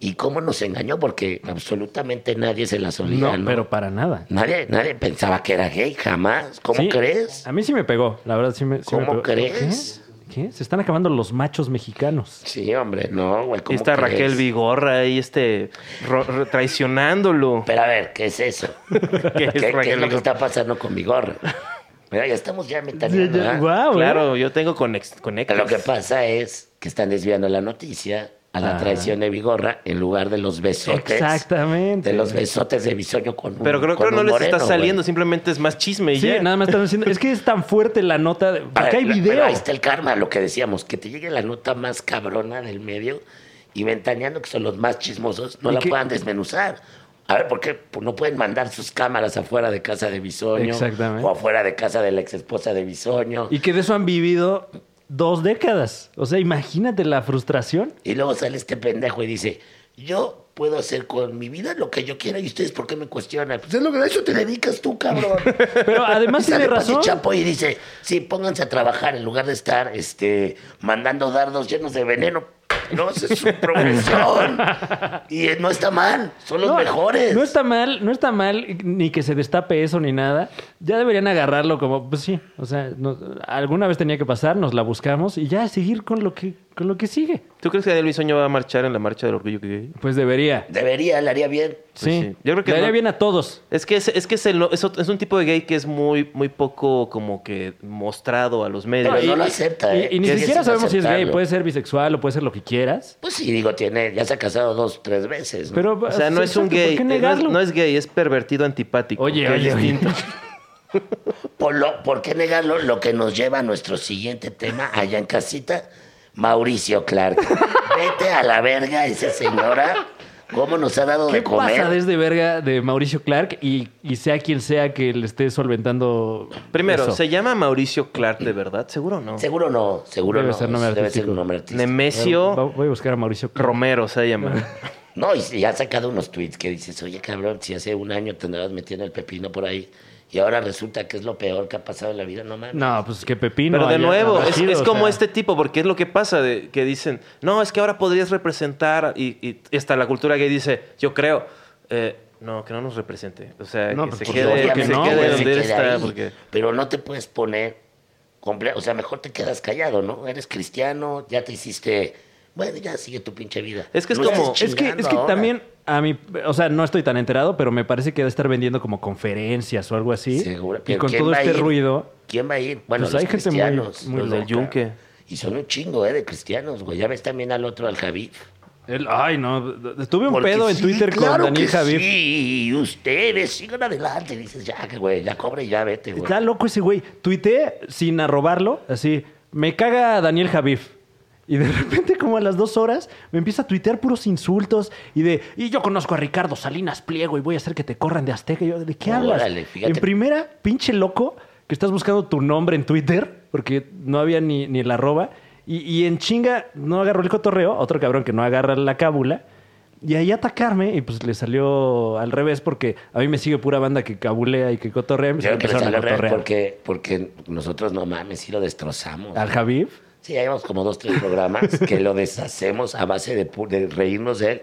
Y cómo nos engañó, porque absolutamente nadie se la solía. No, No, pero para nada. Nadie, nadie pensaba que era gay, jamás. ¿Cómo Sí, crees? A mí sí me pegó, la verdad sí me, sí me pegó. ¿Cómo crees? ¿Qué? ¿Qué? Se están acabando los machos mexicanos. Sí, hombre, no, güey. ¿cómo Esta crees? Raquel Vigorra ahí, este, ro- ro- traicionándolo. Pero a ver, ¿qué es (laughs) eso? Que es ¿Qué, qué Raquel es lo que Vigorra. está pasando con mi gorra? Mira, ya estamos ya Sí, metaneando, ya- ¿verdad? guau, ¿eh? Claro, yo tengo conex- conectas. Lo que pasa es que están desviando la noticia a la Ah. traición de Vigorra en lugar de los besotes. Exactamente. De los besotes de Bisoño con un Pero creo que con no un les moreno, está saliendo, güey. simplemente es más chisme y Sí, ya. nada más están diciendo. Es que es tan fuerte la nota. De, Para- acá hay pero video. ahí está el karma, lo que decíamos, que te llegue la nota más cabrona del medio y ventaneando que son los más chismosos, no ¿Y la qué? puedan desmenuzar. A ver, ¿por qué Pues no pueden mandar sus cámaras afuera de casa de Bisoño? Exactamente. O afuera de casa de la exesposa de Bisoño. Y que de eso han vivido dos décadas. O sea, imagínate la frustración. Y luego sale este pendejo y dice, yo puedo hacer con mi vida lo que yo quiera y ustedes por qué me cuestionan. Pues es lo que a eso te dedicas tú, cabrón. (laughs) Pero además Y sale tiene razón. Pati Chapoy y dice, sí, pónganse a trabajar en lugar de estar este, mandando dardos llenos de veneno. No, esa (laughs) es su progresión. y eh, no está mal, son los mejores. no está mal, no está mal ni que se destape eso ni nada. Ya deberían agarrarlo como, pues sí, o sea, nos- alguna vez tenía que pasar, nos la buscamos y ya seguir con lo que, con lo que sigue. ¿Tú crees que Anel Bisoño va a marchar en la marcha del orgullo gay? Pues debería. Debería, le haría bien. sí. Pues sí. Yo creo que Le haría no- bien a todos. Es que es, es que es, el- es otro- es un tipo de gay que es muy, muy poco como que mostrado a los medios. Pero y- no lo acepta, y, ¿eh? y ni Sí, sí, siquiera sí, sabemos si es gay, aceptarlo. puede ser bisexual o puede ser lo que quieras. Pues sí, digo, tiene, ya se ha casado dos, tres veces. ¿no? Pero, o sea, no es un exacto, ¿por gay. qué eh, no es- negarlo? No, es gay, es pervertido antipático. Oye, que es oye, oye. (laughs) distinto. Por, lo- ¿Por qué negarlo? Lo que nos lleva a nuestro siguiente tema allá (laughs) en casita, Mauricio Clark. Vete a la verga, esa señora. ¿Cómo nos ha dado ¿Qué de comer? pasa desde verga de Mauricio Clark y, y sea quien sea que le esté solventando? Primero, eso? ¿se llama Mauricio Clark de verdad? Seguro no. Seguro no, seguro Debe no. ser nombre Debe artístico. ser un nombre artístico. Va- Nemesio Voy a buscar a Mauricio Clark. Romero se llama. (laughs) No, y, y ha sacado unos tweets que dices, oye cabrón, si hace un año te andabas metiendo el pepino por ahí y ahora resulta que es lo peor que ha pasado en la vida, no mames. No, pues qué pepino. Pero de allá, nuevo, nada más es, chido, es o como sea. este tipo, porque es lo que pasa, de- que dicen, no, es que ahora podrías representar, y, y hasta la cultura gay dice, yo creo, eh, no, que no nos represente. O sea, No, que pues, se pues, quede, obviamente que se no, quede güey, se donde queda está, ahí. porque... Pero no te puedes poner, comple- o sea, mejor te quedas callado, ¿no? Eres cristiano, ya te hiciste, bueno, ya sigue tu pinche vida. Es que es No como- estés Es que, es chingando que ahora. también a mí, o sea, no estoy tan enterado, pero me parece que debe estar vendiendo como conferencias o algo así. Seguro, Y pero con ¿quién todo va a este ir? ruido. ¿Quién va a ir? Bueno, Pues los hay gente muy- cristianos, muy los del yunque. Y son un chingo, ¿eh? De cristianos, güey. Ya ves también al otro, al Javid. El- ay, no. Tuve un Porque pedo en sí, Twitter claro con Daniel que Javid. Sí, ustedes sigan adelante. Dices, ya, que güey, ya cobra y ya vete, güey. Está loco ese güey. Tuiteé sin arrobarlo, así, me caga Daniel Javif. Y de (laughs) repente, como a las dos horas, me empieza a tuitear puros insultos y de, y yo conozco a Ricardo Salinas Pliego y voy a hacer que te corran de Azteca. Y yo, ¿de qué hablas? Órale, fíjate. en primera, pinche loco, que estás buscando tu nombre en Twitter, porque no había ni, ni el arroba. Y, y en chinga, no agarró el cotorreo, otro cabrón que no agarra la cábula. Y ahí atacarme, y pues le salió al revés, porque a mí me sigue pura banda que cabulea y Pues que cotorrea. y me Yo creo que les empezaron a salió al revés cotorrear. porque, porque nosotros no mames, sí lo destrozamos. ¿Al Javib? Sí, ya llevamos como dos, tres programas que lo deshacemos a base de, pu- de reírnos de él.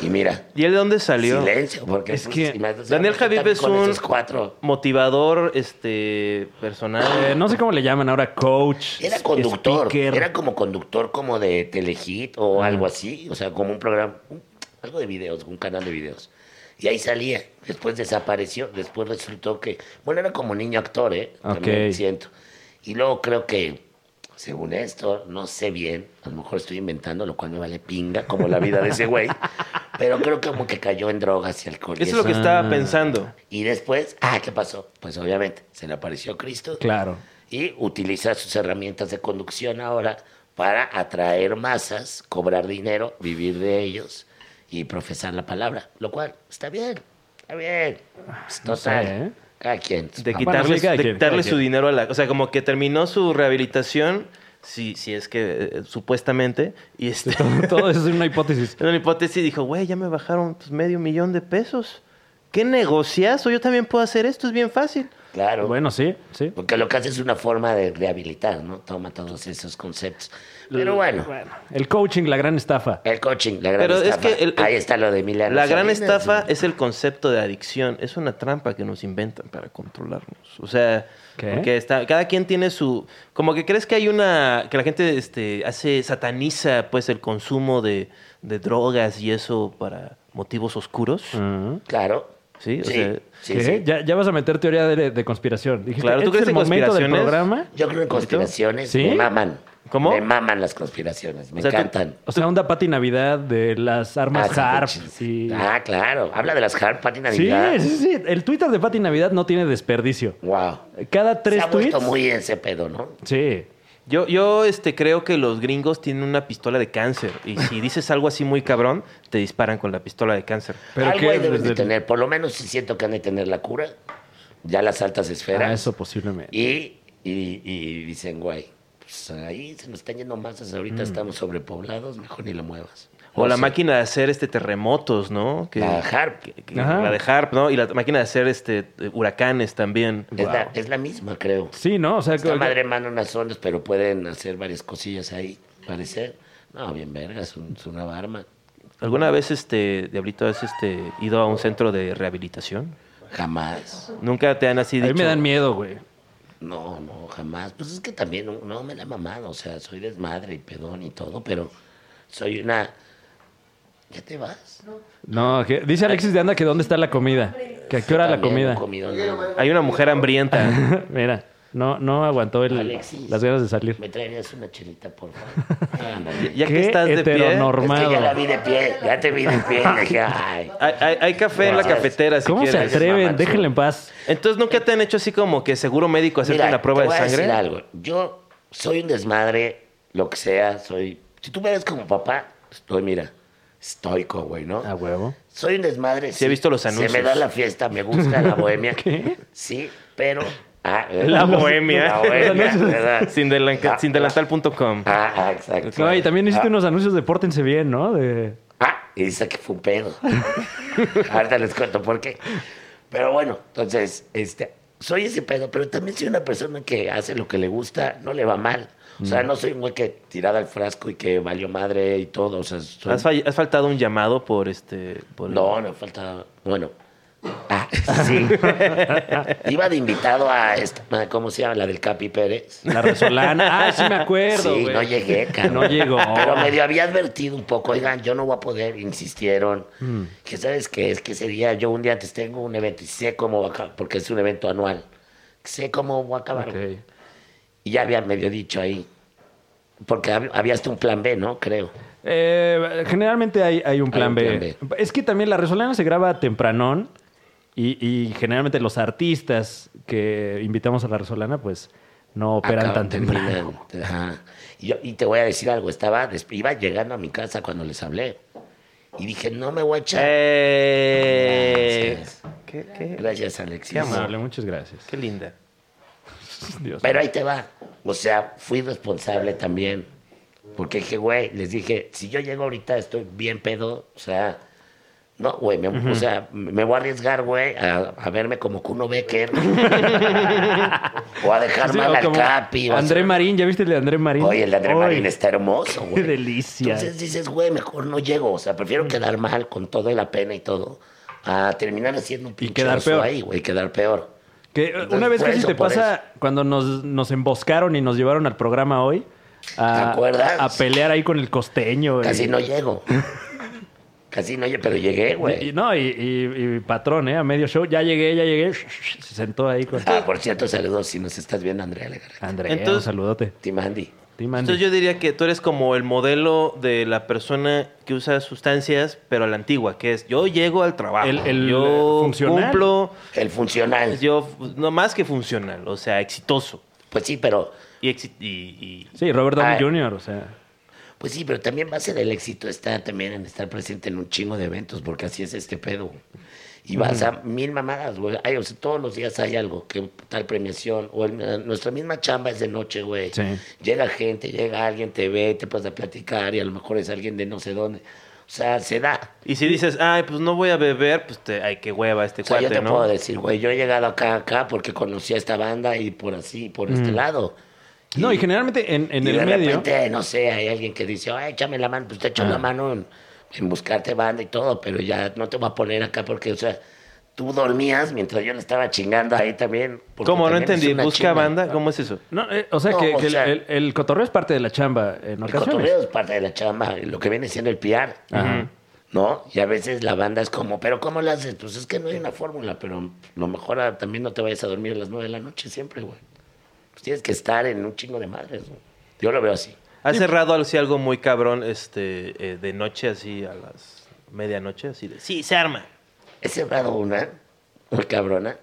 Y mira, ¿Y él de dónde salió? silencio, porque pues, Es que imagínate, Daniel Javid también es con un esos cuatro. motivador este, personal. Eh, no sé cómo le llaman ahora, coach. Era conductor, speaker. era como conductor como de Telehit o algo así, o sea, como un programa, un- algo de videos, un canal de videos. Y ahí salía, después desapareció, después resultó que, bueno, era como niño actor, ¿eh? También Ok. siento. Y luego creo que, según esto, no sé bien, a lo mejor estoy inventando, lo cual me vale pinga, como la vida de ese güey, pero creo que como que cayó en drogas y alcohol. y Eso es lo eso. que estaba pensando. Y después, ah, ¿qué pasó? Pues obviamente, se le apareció Cristo Claro. y utiliza sus herramientas de conducción ahora para atraer masas, cobrar dinero, vivir de ellos y profesar la palabra, lo cual está bien, está bien. Ah, Pues, Total, sé, ¿eh? cada quien. De Ah, bueno, quitarle, sí, cada de quien, quitarle cada su quien. dinero a la... O sea, como que terminó su rehabilitación, si, si es que eh, supuestamente, y este... Todo, todo eso es una hipótesis. En la hipótesis dijo, güey, ya me bajaron pues, medio millón de pesos. ¿Qué negociazo? Yo también puedo hacer esto, es bien fácil. Claro, Bueno, sí, sí. porque lo que hace es una forma de rehabilitar, ¿no? Toma todos esos conceptos. Pero bueno, El coaching, la gran estafa. el coaching, la gran Pero es estafa. que el- Ahí está lo de Milano. La gran Salinas, estafa ¿no? es el concepto de adicción. Es una trampa que nos inventan para controlarnos. O sea, ¿Qué? porque está, cada quien tiene su... Como que crees que hay una... Que la gente este, hace, sataniza pues el consumo de, de drogas y eso para motivos oscuros. Ah. Claro. Sí, o sí, sea, sí, ¿Qué? sí. Ya, ya vas a meter teoría de, de conspiración. Dijiste, Claro, ¿tú ¿este crees en es el momento del conspiraciones? programa? Yo creo en conspiraciones. ¿Sí? Me maman. ¿Cómo? Me maman las conspiraciones. Me O sea, tú- encantan. O sea, onda Pati Navidad de las Ah, armas sí, HARP. sí. y- Ah, claro. Habla de las harp, Pati Sí, Navidad. sí, sí. El Twitter de Pati Navidad no tiene desperdicio. Wow. Cada Se tres ha tweets. vuelto muy ese pedo, ¿no? Sí. Yo, yo este, creo que los gringos tienen una pistola de cáncer. Y si dices algo así muy cabrón, te disparan con la pistola de cáncer. Pero Algo qué, ahí deben de desde- tener. Por lo menos sí siento que han de tener la cura. Ya las altas esferas. Ah, eso posiblemente. Y, y, y dicen, guay, pues ahí se nos están yendo masas. Ahorita Mm. estamos sobrepoblados. Mejor ni lo muevas. O la sea, máquina de hacer este terremotos, ¿no? Que- La harp. que- que- Ajá. la de Harp, ¿no? Y la máquina de hacer este eh, huracanes también. Es, la, es la misma, creo. Sí, ¿no? O sea, Esta que- madre mano unas ondas, pero pueden hacer varias cosillas ahí, parecer. No, bien verga, es, un- es una barba. ¿Alguna vez este Diablito has este ido a un centro de rehabilitación? Jamás. Nunca te han así a mí dicho. me dan miedo, güey. No, no, jamás. Pues es que también no, no me la he mamado. O sea, soy desmadre y pedón y todo, pero soy una. ¿Ya te vas? No, que- dice Alexis de Anda que dónde está la comida. Que a qué hora la También comida. un comidón. Hay una mujer hambrienta. (laughs) Mira, no, no aguantó el- Alexis. las ganas de salir. ¿Me traerías una chelita, por (laughs) favor? Ándale. ya Qué que estás de pie. heteronorm- Es que Formado. ya la vi de pie, ya te vi de pie. (laughs) Dije, ay. Hay, hay- hay café en la Gracias. cafetera si ¿Cómo se quieres. atreven? mamá, sí. Déjenle en paz. Entonces nunca te han hecho así como que seguro médico hacerte Mira, una prueba te de voy a sangre. decir algo. Yo soy un desmadre, lo que sea, soy. Si tú me ves como papá, estoy, mira, estoico, güey, ¿no? Ah, A huevo. Soy un desmadre. Sí, he visto los anuncios. Se me da la fiesta, me gusta (laughs) la bohemia. Sí, pero. Ah, eh, La bohemia. (laughs) La bohemia, ¿verdad? Sin, delanca- Ah, sin delantal.com. Ah, ah, exacto. No, y también hiciste Ah, unos anuncios de pórtense bien, ¿no? De... Ah, y dice que fue (laughs) un pedo. Ahorita les cuento por qué. Pero bueno, entonces, este, soy ese pedo, pero también soy una persona que hace lo que le gusta, no le va mal. O Mm. sea, no soy un güey que tirada al frasco y que valió madre y todo. O sea, soy- ¿Has, fall- has faltado un llamado por este. por- No, no falta. Bueno. Ah, sí. (laughs) Iba de invitado a esta, ¿cómo se llama? La del Capi Pérez. La (laughs) resolana. Ah, sí me acuerdo, sí, güey. no llegué, (laughs) cabrón. No llegó. Pero medio había advertido un poco, oigan, yo no voy a poder, insistieron. Mm. Que sabes que es que sería, yo un día antes tengo un evento y sé cómo va a acabar, porque es un evento anual. Sé cómo va a acabar. Ok. Y ya habían medio dicho ahí. Porque hab- había hasta un plan B, ¿no? Creo. Eh, generalmente hay, hay un, plan, un B. plan B. Es que también la resolana se graba tempranón y, y generalmente los artistas que invitamos a la resolana pues no operan Acaban, tan temprano. terminan. Ajá. Y, yo- y te voy a decir algo, estaba, des- iba llegando a mi casa cuando les hablé. Y dije, no me voy a echar. Eh, Gracias. ¿Qué, qué, Gracias, Alexis. Qué (laughs) amable. Amable, muchas gracias. qué linda. Dios. Pero ahí te va. O sea, fui responsable también. Porque dije, güey, les dije, si yo llego ahorita estoy bien pedo. O sea, no, güey, me, o sea, me voy a arriesgar, güey, a, a verme como Kuno (laughs) Becker. o a dejar Sí, mal o al como Capi. o a- André Marín, ¿ya viste el de André Marín? Oye, el de André Ay, Marín está hermoso, Qué güey. delicia. Entonces dices, güey, mejor no llego. O sea, Mm. prefiero quedar mal con toda la pena y todo a terminar haciendo un Y pinche quedar oso peor. ahí, güey, quedar peor. Que eh, Entonces, una vez por casi eso, te por pasa cuando nos, nos emboscaron y nos llevaron al programa hoy a, ¿Te acuerdas? a pelear ahí con el costeño. y- Casi no llego. (laughs) Casi no llego, pero llegué, Y, güey. no, y, y- y patrón, ¿eh? A medio show. Ya llegué, ya llegué. Se sentó ahí con Ah, por cierto, saludos si nos estás viendo, Andrea Legarreta. Andrea. Entonces- un saludote. Tim Andy. Team Andy. Entonces yo diría que tú eres como el modelo de la persona que usa sustancias, pero a la antigua, que es yo llego al trabajo, El- el, yo eh, funcional. cumplo, El Pues funcional. yo no más que funcional, o sea, exitoso. Pues sí, pero. Y, exi- y- y- Sí, Robert Downey Ah. Jr., o sea. Pues sí, pero también base del éxito está también en estar presente en un chingo de eventos, porque así es este pedo. güey. Y vas a mil mamadas, güey. Ay, o sea, todos los días hay algo, que tal premiación, o el- nuestra misma chamba es de noche, güey. Sí. Llega gente, llega alguien, te ve, te puedes a platicar y a lo mejor es alguien de no sé dónde. O sea, se da. y si dices, ay, pues no voy a beber, pues te, ay, qué hueva este O sea, yo cuate, te ¿no? puedo decir, güey, yo he llegado acá, acá, porque conocí a esta banda y por así, por este lado. No, y generalmente en, en y el de medio. repente, no sé, hay alguien que dice, ay, échame la mano, pues te echo la mano en, en buscarte banda y todo, pero ya no te voy a poner acá porque, o sea, tú dormías mientras yo le estaba chingando ahí también. porque ¿Cómo? No también es entendí. una ¿Busca chinga. banda? ¿Cómo es eso? No, eh, o sea, No, que, o que el- sea- el, el cotorreo es parte de la chamba en El ocasiones. cotorreo es parte de la chamba, lo que viene siendo el piar. Ajá. ¿No? Y a veces la banda es como, ¿pero cómo la haces? Pues es que no hay una fórmula, pero lo mejor ah, también no te vayas a dormir a las nueve de la noche siempre, güey. Pues tienes que estar en un chingo de madres, güey. Yo lo veo así. ¿Has cerrado así algo muy cabrón este, eh, de noche, así a las medianoche? Así de, sí, se arma. He cerrado una, muy cabrona,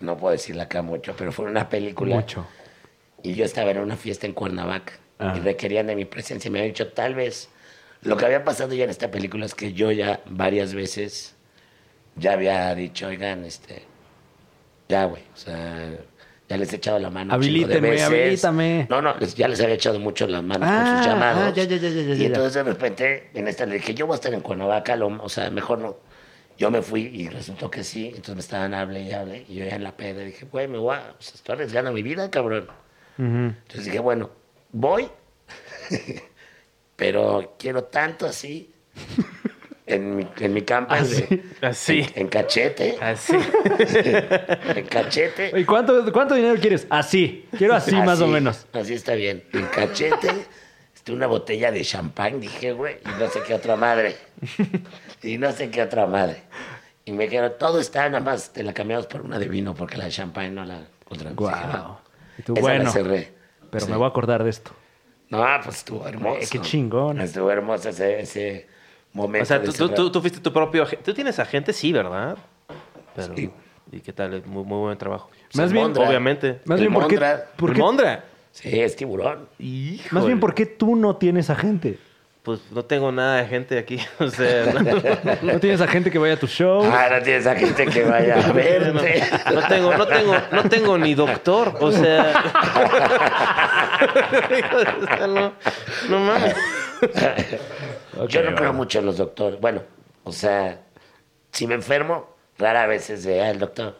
no puedo decirla acá mucho, pero fue una película. Mucho. Y yo estaba en una fiesta en Cuernavaca Ah. y requerían de mi presencia. Y me habían dicho, tal vez, lo que había pasado ya en esta película es que yo ya varias veces ya había dicho, oigan, este, ya, güey, o sea, ya les he echado la mano. un chingo de Habilítenme, veces. habilítame. No, no, les- ya les había echado mucho las manos con Ah, sus llamados. ah, ya, ya, ya, ya, ya, y ya. entonces de repente en esta le dije, yo voy a estar en Cuernavaca, lo- o sea, mejor no. Yo me fui y resultó que sí, entonces me estaban hable y hable. Y yo ya en la peda dije, güey, me voy a, o sea, estoy arriesgando mi vida, cabrón. Ujú. Entonces dije, bueno, voy, (laughs) pero quiero tanto así en mi, en mi Ah, campa, de- Así. en cachete, Así. en cachete. (laughs) ¿Y cuánto, cuánto dinero quieres? Así. Quiero así, más o Así, menos. Así está bien, en cachete. este, Una botella de champán, dije, güey, y no sé qué otra madre. Y no sé qué otra madre. Y me dijeron, todo está, nada más te la cambiamos por una de vino, porque la de champán no la encontramos. Dije, Guau. no, Y tú, esa la bueno, cerré. pero Sí. me voy a acordar de esto. No, pues estuvo hermoso. Eh, qué chingón. Estuvo hermoso ese, ese momento. O sea, de tú, tú, cerrar. tú- tú fuiste tu propio agente. Tú tienes agente, sí, ¿verdad? Pero, Sí. ¿Y qué tal? Muy, muy buen trabajo. Sí, Más bien- Mondra. Obviamente. Más El bien, ¿por qué, Mondra. por ¿El qué- Mondra? Sí, es tiburón. más bien, ¿por qué tú no tienes agente? pues no tengo nada de gente aquí. (laughs) O sea, (laughs) no, No tienes a gente que vaya a tu show. Ahora tienes a gente que vaya (laughs) a no, verte. no tengo, no tengo, no tengo ni doctor. O sea. (laughs) O sea, no, no mames. Yo no creo mucho en los doctores. Bueno, o sea, si me enfermo, rara vez es de, ah, (laughs) el doctor.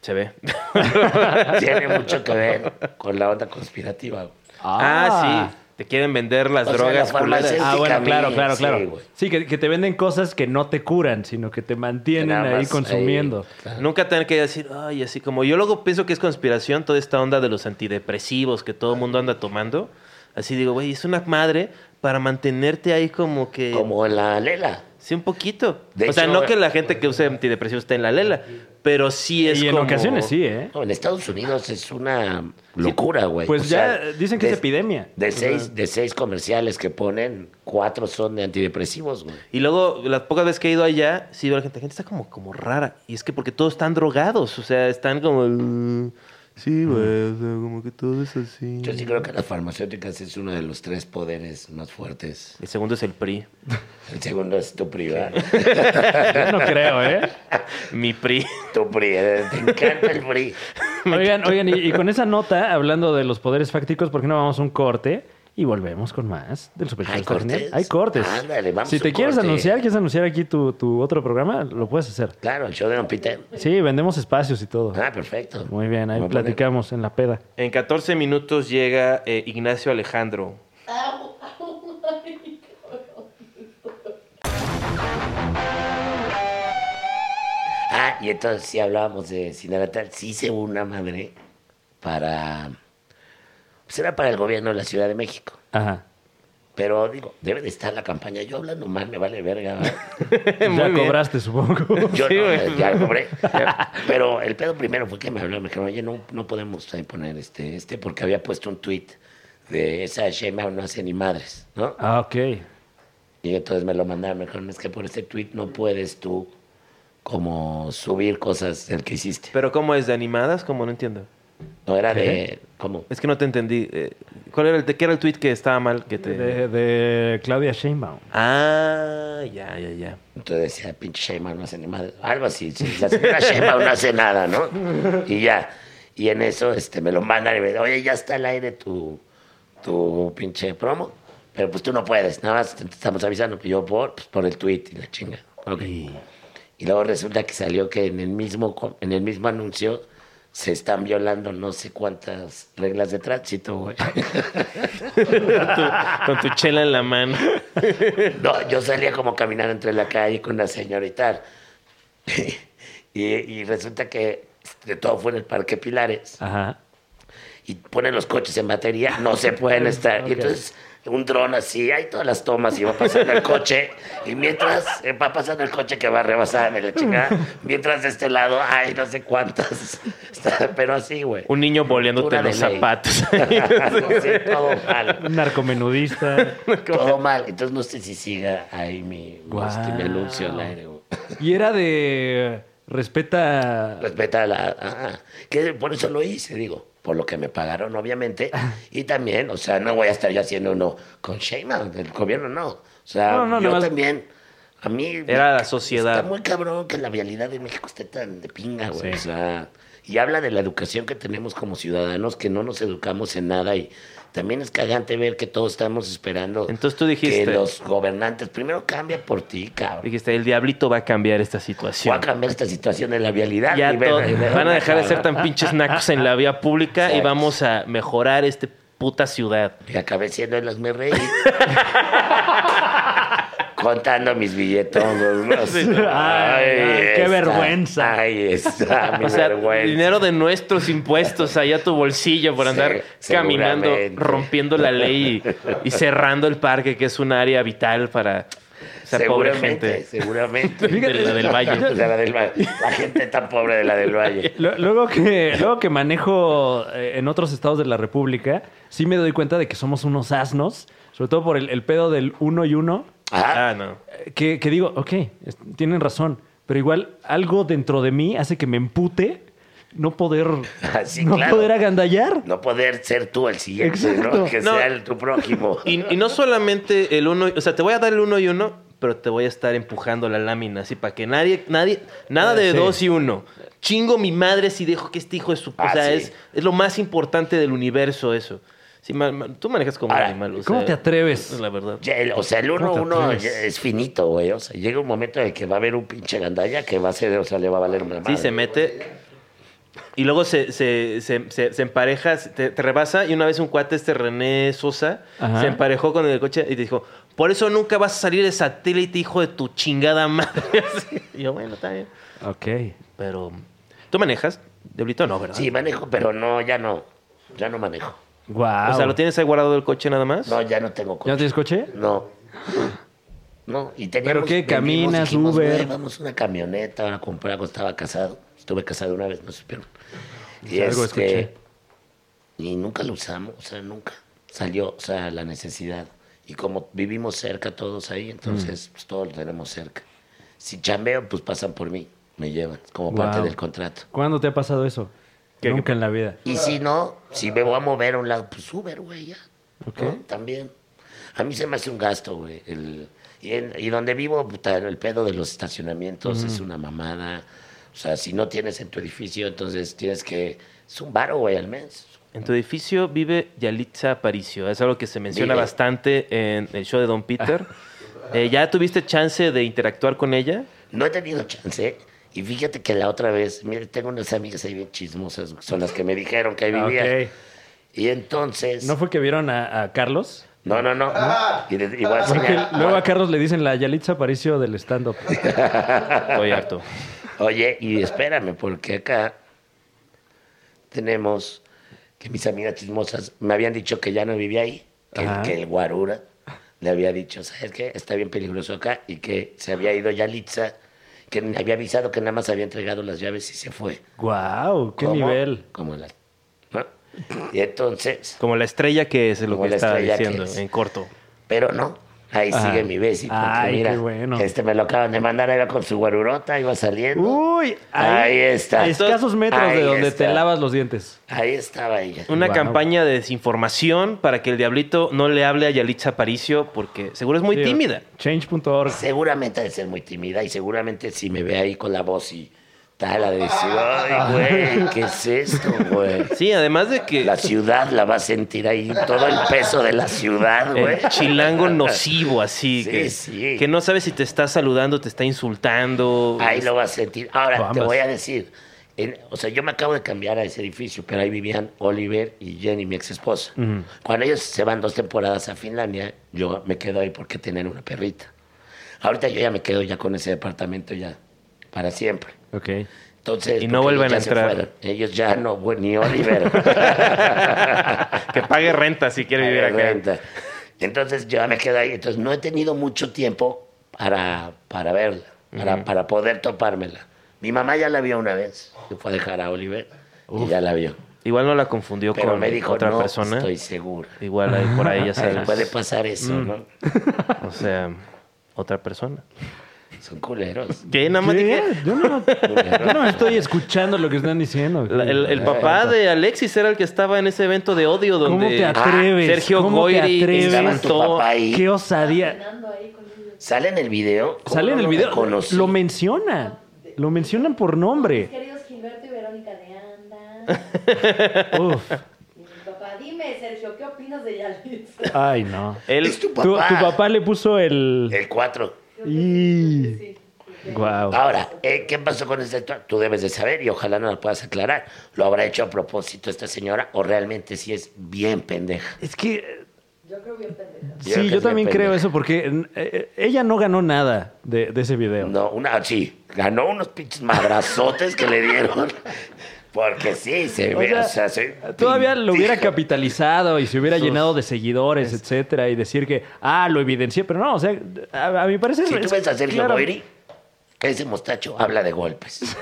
Se ve. Tiene mucho que ver con la onda conspirativa. güey. Ah, sí. Te quieren vender las O sea, drogas la culeras. farmacia- Ah, bueno, claro, claro, Sí, claro. güey. Sí, que, que te venden cosas que no te curan, sino que te mantienen Nada ahí más consumiendo. ahí. Nunca tener que decir, ay, así como yo luego pienso que es conspiración toda esta onda de los antidepresivos que todo el mundo anda tomando. Así digo, güey, es una madre para mantenerte ahí como que... Como la Lela. Sí, un poquito. De o sea, hecho, eh, no que la gente que use antidepresivos esté en la lela, pero sí es y en como- ocasiones sí, ¿eh? No, en Estados Unidos es una locura, güey. Pues O ya sea, dicen que es de- epidemia. De seis, de seis comerciales que ponen, cuatro son de antidepresivos, güey. Y luego, las pocas veces que he ido allá, sí veo a la gente, la gente está como, como rara. Y es que porque todos están drogados, o sea, están como... "Mm, Sí, güey, o sea, como que todo es así. Yo sí creo que las farmacéuticas es uno de los tres poderes más fuertes. El segundo es el PRI. El segundo es tu privado. Yo no creo, ¿eh? Mi PRI. (laughs) Tu PRI, eh, te encanta el PRI. (laughs) Oigan, oigan, y, y con esa nota, hablando de los poderes fácticos, ¿por qué no vamos a un corte? Y volvemos con más del Super ¿Hay Show Extraordinario? cortes? Hay cortes. Ándale, vamos si a te un quieres corte. anunciar, quieres anunciar aquí tu, tu otro programa, lo puedes hacer. Claro, el show de Don Peter. Sí, vendemos espacios y todo. Ah, perfecto. Muy bien, ahí Voy a poner- platicamos en la peda. En 14 minutos llega eh, Ignacio Alejandro. (laughs) Ah, y entonces sí hablábamos de Sinalatal. Sí hice una madre para... Pues era para el gobierno de la Ciudad de México. (laughs) Ajá. Pero digo, debe de estar la campaña. Yo hablando mal, me vale verga. (laughs) ¿va? Ya Muy bien. cobraste, (laughs) supongo. Yo Sí, no, güey. ya (laughs) cobré. Pero el pedo primero fue que me habló, me dijeron, oye, no, no podemos ahí poner este, este, porque había puesto un tweet de esa Shema no hace ni madres, ¿no? Ah, ok. Y entonces me lo mandaron, me dijeron, es que por este tweet no puedes tú como subir cosas del que hiciste. Pero ¿cómo es? ¿De animadas? Como no entiendo. No era de, ¿cómo? Es que no te entendí. Eh, ¿Cuál era el, de, qué era el tweet que estaba mal? Que te... De, de Claudia Sheinbaum. Ah, ya, ya, ya. Entonces decía, pinche Sheinbaum no hace ni madre. Algo así, sí, la señora Sheinbaum no hace nada, ¿no? Y ya. Y en eso este, me lo mandan y me dicen, oye, ya está al aire tu, tu pinche promo. Pero pues tú no puedes, nada más te estamos avisando. Y yo por, pues, por el tweet y la chinga. Ok. Y luego resulta que salió que en el mismo, co- en el mismo anuncio se están violando no sé cuántas reglas de tránsito, güey. Con tu chela en la mano. No, yo salía como caminar entre la calle con una señora y tal. (laughs) y, y resulta que de todo fue en el Parque Pilares. Ajá. Y ponen los coches en batería, no se pueden estar. Ok. Y entonces un dron así, hay todas las tomas y va pasando el coche. Y mientras eh, va pasando el coche que va rebasando, la chingada. Mientras de este lado, hay no sé cuántas. (laughs) Está- Pero así, güey. Un niño boleándote Una de los ley. zapatos. (laughs) (laughs) sí, todo mal. (laughs) Un (laughs) narcomenudista. Todo mal. Entonces no sé si siga ahí mi, mi, Guau. este, mi anuncio al aire, güey. Y era de. Respeta. Respeta la... ah, que por eso lo hice, digo. Por lo que me pagaron, (laughs) obviamente. Y también, o sea, no voy a estar yo haciendo uno con Sheinbaum, del gobierno, no. O sea, No, no, yo nomás- también... A mí... Era la sociedad. Está muy cabrón que la vialidad de México esté tan de pinga, güey. Sí. O sea, y habla de la educación que tenemos como ciudadanos, que no nos educamos en nada y... También es cagante ver que todos estamos esperando Entonces tú dijiste- que los gobernantes primero cambia por ti, cabrón. Dijiste, el diablito va a cambiar esta Voy situación. a cambiar esta situación de la vialidad. Ya y ven- todo- y ven- van a dejar de ser tan pinches nacos en la vía pública y Exacto. vamos a mejorar este puta ciudad. Y acabé siendo el (laughs) hazme reír. Contando mis billetones. Sí. Ay, ay, qué vergüenza. Ahí está, mi O sea, vergüenza. dinero de nuestros impuestos allá a tu bolsillo por Sí, andar caminando, seguramente. rompiendo la ley y, (laughs) y cerrando el parque, que es un área vital para esa pobre gente. Seguramente. De la del De Valle. la del Valle. La gente tan pobre de la del Valle. Lo- Luego que, luego que manejo eh, en otros estados de la República, sí me doy cuenta de que somos unos asnos, sobre todo por el, el pedo del uno y uno, Ah, Ah, no. eh, que, que digo, ok, es- tienen razón, pero igual algo dentro de mí hace que me empute no poder, (laughs) Así, no Ah, claro. poder agandallar. No poder ser tú el siguiente, ¿no? Exacto. Que No. sea el- tu prójimo. Y, y no solamente el uno, o sea, te voy a dar el uno y uno, pero te voy a estar empujando la lámina, así para que nadie, nadie, Ah, nada de Sí. dos y uno. Chingo mi madre si dejo que este hijo es su. Ah, o sea, sí. es, es lo más importante del universo eso. Sí, ma- ma- tú manejas como Ahora, un animal. o ¿Cómo sea, te atreves? La verdad. Ya, el- o sea, el uno, ¿Cómo te uno atreves? ya es finito, güey. O sea, llega un momento en el que va a haber un pinche gandalla que va a ser, o sea, le va a valer una madre. Sí, se mete. Y luego se, se, se- se- se empareja, se- te, te rebasa. Y una vez un cuate, este René Sosa, Ajá. se emparejó con el coche y dijo: Por eso nunca vas a salir de satélite, hijo de tu chingada madre. (laughs) Así. Y yo, bueno, está bien. Ok. Pero. ¿Tú manejas? Deblito no, ¿verdad? Sí, manejo, pero no, ya no. Ya no manejo. Wow. O sea, ¿lo tienes ahí guardado el coche nada más? No, ya no tengo ¿Ya no coche. tienes coche? No. No, y ¿Pero teníamos... qué? vendimos, ¿Caminas, dijimos, Uber? "Güey, Vamos a una camioneta, ahora compramos, estaba casado. Estuve casado una vez, no supieron. Y Sí, algo este, escuché. Y nunca lo usamos, o sea, nunca. Salió, o sea, la necesidad. Y como vivimos cerca todos ahí, Mm. entonces pues, todos lo tenemos cerca. Si chambeo, pues pasan por mí, me llevan, como parte Wow. del contrato. ¿Cuándo te ha pasado eso? ¿Qué- Nunca en la vida. Y si no, si me voy a mover a un lado, pues Uber, güey, ya. Ok. ¿No? También. A mí se me hace un gasto, güey. El- y, en- y donde vivo, puta, el pedo de los estacionamientos es una mamada. O sea, si no tienes en tu edificio, entonces tienes que... Es un baro, güey, al mes. En tu edificio vive Yalitza Aparicio. Es algo que se menciona Vive. bastante en el show de Don (laughs) Peter. Eh, ¿Ya tuviste chance de interactuar con ella? No he tenido chance. Y fíjate que la otra vez, mire, tengo unas amigas ahí bien chismosas, son las que me dijeron que vivía. Ah, Ok. Y entonces... ¿No No, fue que vieron a, a Carlos? no, no. no. Y de- y voy a Porque enseñar- luego a Carlos le dicen la Yalitza Aparicio del stand-up. Estoy harto. Oye, y espérame, porque acá tenemos que mis amigas chismosas me habían dicho que ya no vivía ahí, que, Ajá. que el guarura le había dicho, ¿sabes qué? Está bien peligroso acá y que se había ido ya Litza, que me había avisado que nada más había entregado las llaves y se fue. ¡Guau! ¡Qué ¿Cómo? nivel! Como la... ¿no? Y entonces, Como la estrella que es lo Como que la estaba estrella que diciendo es. en corto. pero no. Ahí Ajá. sigue mi Bessie. porque Ay, mira, qué bueno. Este me lo acaban de mandar, iba con su guarurota, iba saliendo. ¡Uy! Ahí está. A escasos metros Ahí de donde te está. lavas los dientes. Ahí estaba ella. Una Wow. campaña de desinformación para que el diablito no le hable a Yalitza Aparicio porque seguro es muy Sí, tímida. Change.org. Seguramente ha de ser muy tímida y seguramente si me ve ahí con la voz y tal, ha de decir, ay, güey, ¿qué es esto, güey? Sí, además de que La ciudad la va a sentir ahí, todo el peso de la ciudad, güey. el chilango nocivo así, Sí, que, sí. que no sabe si te está saludando, te está insultando. Ahí lo va a sentir. Ahora, te Ambas. voy a decir, en- o sea, yo me acabo de cambiar a ese edificio, pero ahí vivían Oliver y Jenny, mi ex esposa. Cuando ellos se van dos temporadas a Finlandia, yo me quedo ahí porque tenían una perrita. Ahorita yo ya me quedo ya con ese departamento ya, para siempre. Ok. Entonces, Y no porque vuelven ellos a ya se entrar. fueron. Ellos ya no, bueno, (laughs) ni Oliver. que pague renta si (laughs) quiere vivir acá. Renta. Entonces yo me quedo ahí. Entonces no he tenido mucho tiempo para, para verla, para, para poder topármela. Mi mamá ya la vio una vez, que fue a dejar a Oliver y ya la vio. Igual no la confundió Pero con me dijo, otra no, pues persona. estoy segura. Igual ahí por ahí ya Se sabes. Mm. puede pasar eso, ¿no? O sea, otra persona. Son culeros. ¿Qué? Nada más ¿Qué? dije- Yo no, yo no estoy escuchando lo que están diciendo. La- el, el papá de Alexis era el que estaba en ese evento de odio ¿Cómo donde te atreves? Sergio ¿Cómo te Goyri atreves? ah, Estaba tu inventó- papá ahí. ¡Qué osadía! Sale en el video. ¿Cómo Sale en no el lo video. reconocí? Lo mencionan. Lo mencionan por (laughs) nombre. Queridos Gilberto y Verónica de Anda. Uf. Y mi papá, dime, Sergio, ¿qué opinas de Yalitza? Ay, no. él- Es tu Tu, papá. tu papá le puso el... El 4. Y... Sí. Wow. Ahora, eh, ¿qué pasó con esta historia? Tú debes de saber y ojalá no la puedas aclarar. ¿Lo habrá hecho a propósito esta señora o realmente sí es bien pendeja? Es que eh, Yo creo bien pendejo. creo Sí, que yo es también bien creo pendeja. eso, porque eh, ella no ganó nada de, de ese video. No, una, sí, ganó unos pinches madrazotes que le dieron. (laughs) Porque sí, se O sea, ve, eh, eh, o sea, se- Todavía lo hubiera Sí. capitalizado y se hubiera llenado de seguidores, etcétera, y decir que, ah, lo evidencié, pero no, o sea, a, a mi parecer. Si tú es- ves a Sergio claro, Goyri, que ese mostacho habla de golpes.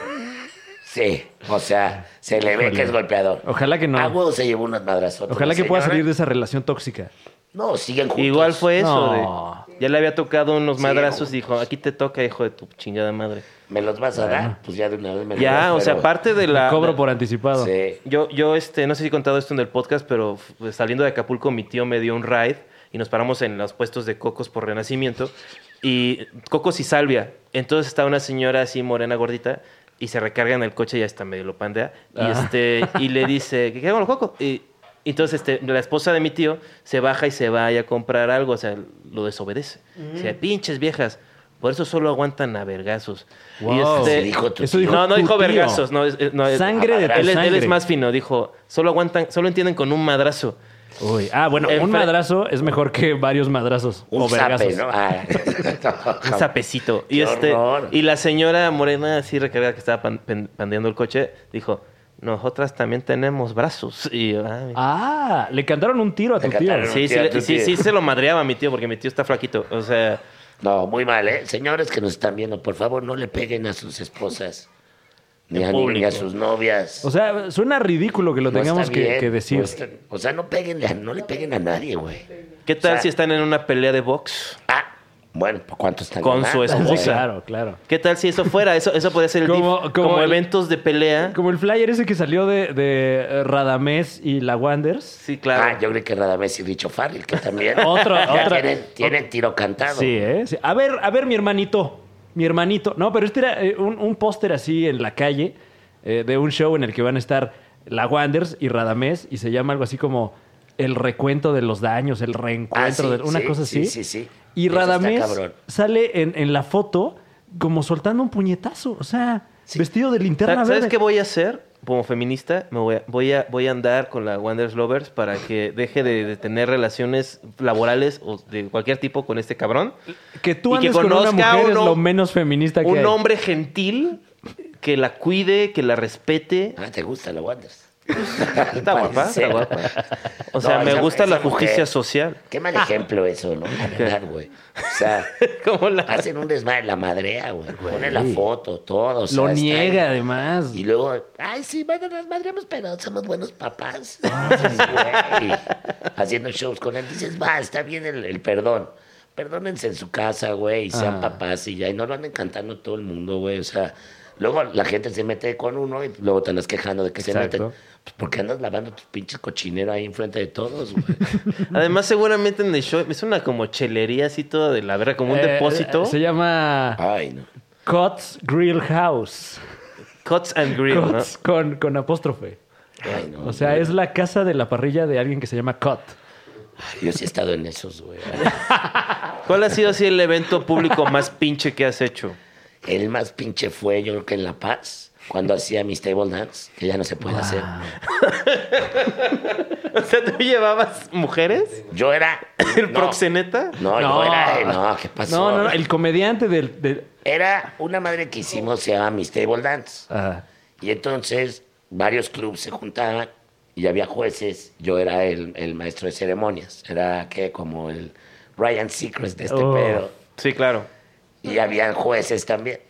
Sí, o sea, se le ve que es golpeador. Ojalá que no. A huevo se llevó unos madrazotes. Ojalá la que pueda señora. salir de esa relación tóxica. No, siguen juntos. Igual fue eso. No. de- Ya le había tocado unos Sí, madrazos no. y dijo, aquí te toca, hijo de tu chingada madre. ¿Me los vas Ah. a dar? Pues ya de una vez me los Ya, das, o sea, pero- aparte de la... Cobro la- por anticipado. Sí. Yo, yo este, no sé si he contado esto en el podcast, pero pues, saliendo de Acapulco, mi tío me dio un ride y nos paramos en los puestos de cocos por renacimiento. Y cocos y salvia. Entonces está una señora así morena gordita y se recarga en el coche y ya está medio lo pandea. Y, Ah. este, y le dice, ¿qué hago los cocos? Y entonces este, la esposa de mi tío se baja y se va ahí a comprar algo. O sea, lo desobedece. O sea, pinches viejas. Por eso solo aguantan a vergazos. Y Wow. este- Así dijo tu Eso tío. dijo no, no tu dijo tío. vergazos. No, es- es- no, es- Sangre de tu él, es- él sangre. es más fino. Dijo, solo aguantan, solo entienden con un madrazo. Uy, Ah, bueno, Enfre- un madrazo es mejor que varios madrazos. o Un zape, vergazos. ¿no? (laughs) Ah. Un sapecito. Y, Qué este, horror. y la señora morena, así recargada que estaba pan- pen- pandeando el coche, dijo, nosotras también tenemos brazos. Y yo, ah, mira. Ah, le cantaron un tiro a Le tu tío. cantaron. sí, sí, Tía, le- tu sí, tía. sí, se lo madreaba a mi tío porque mi tío está flaquito. O sea, No, muy mal, ¿eh? Señores que nos están viendo, por favor, no le peguen a sus esposas, ni En a, ni- ni público. a sus novias. O sea, suena ridículo que lo No tengamos está que, bien, que decir. no está- o sea, no, peguenle a- no le peguen a nadie, güey. ¿qué tal O sea, si están en una pelea de box? Ah, bueno, ¿por ¿cuánto están Con su ganando, esposa. (laughs) Sí, güey? claro, claro. ¿Qué tal si eso fuera? Eso, eso podría ser el Como- DIF, como como el- eventos de pelea. Como el flyer ese que salió de, de eh, Radamés y la Wanders. Sí, claro. Ah, yo creo que Radamés y Richo Farrell, (laughs) que también. Otro, Ya otro. Tienen, tienen tiro cantado. Sí, ¿eh? Sí. A ver, a ver, mi hermanito. Mi hermanito. No, pero este era eh, un, un póster así en la calle eh, de un show en el que van a estar la Wanders y Radamés y se llama algo así como el recuento de los daños, el Ah, reencuentro, sí, de, una sí, cosa así. Sí, sí, sí. Y Eso está Radamés cabrón. sale en, en la foto como soltando un puñetazo, o sea, Sí. vestido de Sa- linterna ¿Sabes verde. qué voy a hacer como feminista? Me voy, a, voy, a, voy a andar con la Wanderers Lovers para que deje de, de tener relaciones laborales o de cualquier tipo con este cabrón. Que tú Y que andes con una conozca mujer es uno- lo menos feminista que Un hay. hombre gentil que la cuide, que la respete. Ah, ¿te gusta la Wonders? (laughs) Está guapa, está guapa. O sea, No, me esa- gusta esa la justicia mujer. social. (laughs) Qué Ah. mal ejemplo eso, ¿no? La verdad, güey. O sea, Como la... hacen un desmadre, la madrea, güey. Ponen la foto, todo. o sea, Lo está ahí. niega además. Y luego, ay, sí, bueno, nos madreamos, pero somos buenos papás. Ah, Dices, güey, Haciendo shows con él. Dices, va, está bien el, el perdón. Perdónense en su casa, güey, y sean Ah. papás y ya. Y no lo anden cantando todo el mundo, güey. O sea, luego la gente se mete con uno y luego te andas quejando de que se Exacto. meten. Pues porque andas lavando tus pinches cochineros ahí enfrente de (laughs) todos, güey. Además, seguramente en el show es una como chelería así toda de la verga, como un Eh, depósito. Se llama Ay, no. Cuts Grill House. Cuts and grill, ¿no? Cuts con, con apóstrofe. Ay, no. O sea, es la casa de la parrilla de alguien que se llama Cut. Yo sí he estado en esos, güey. ¿Cuál ha sido así el evento público más pinche que has hecho? (laughs) El más pinche fue, yo creo que en La Paz, cuando hacía mis table dance, que ya no se puede hacer. O sea, ¿tú llevabas mujeres? Yo era. (laughs) ¿El no, proxeneta? No, yo era. eh, No, ¿qué pasó? No, no, no, el comediante del... del- Era una madre que hicimos, se llamaba Mis Table Dance. ah, Y entonces varios clubes se juntaban y había jueces. Yo era el, el maestro de ceremonias. Era que como el Ryan Seacrest de este Oh. pedo. Sí, claro. Y habían jueces también.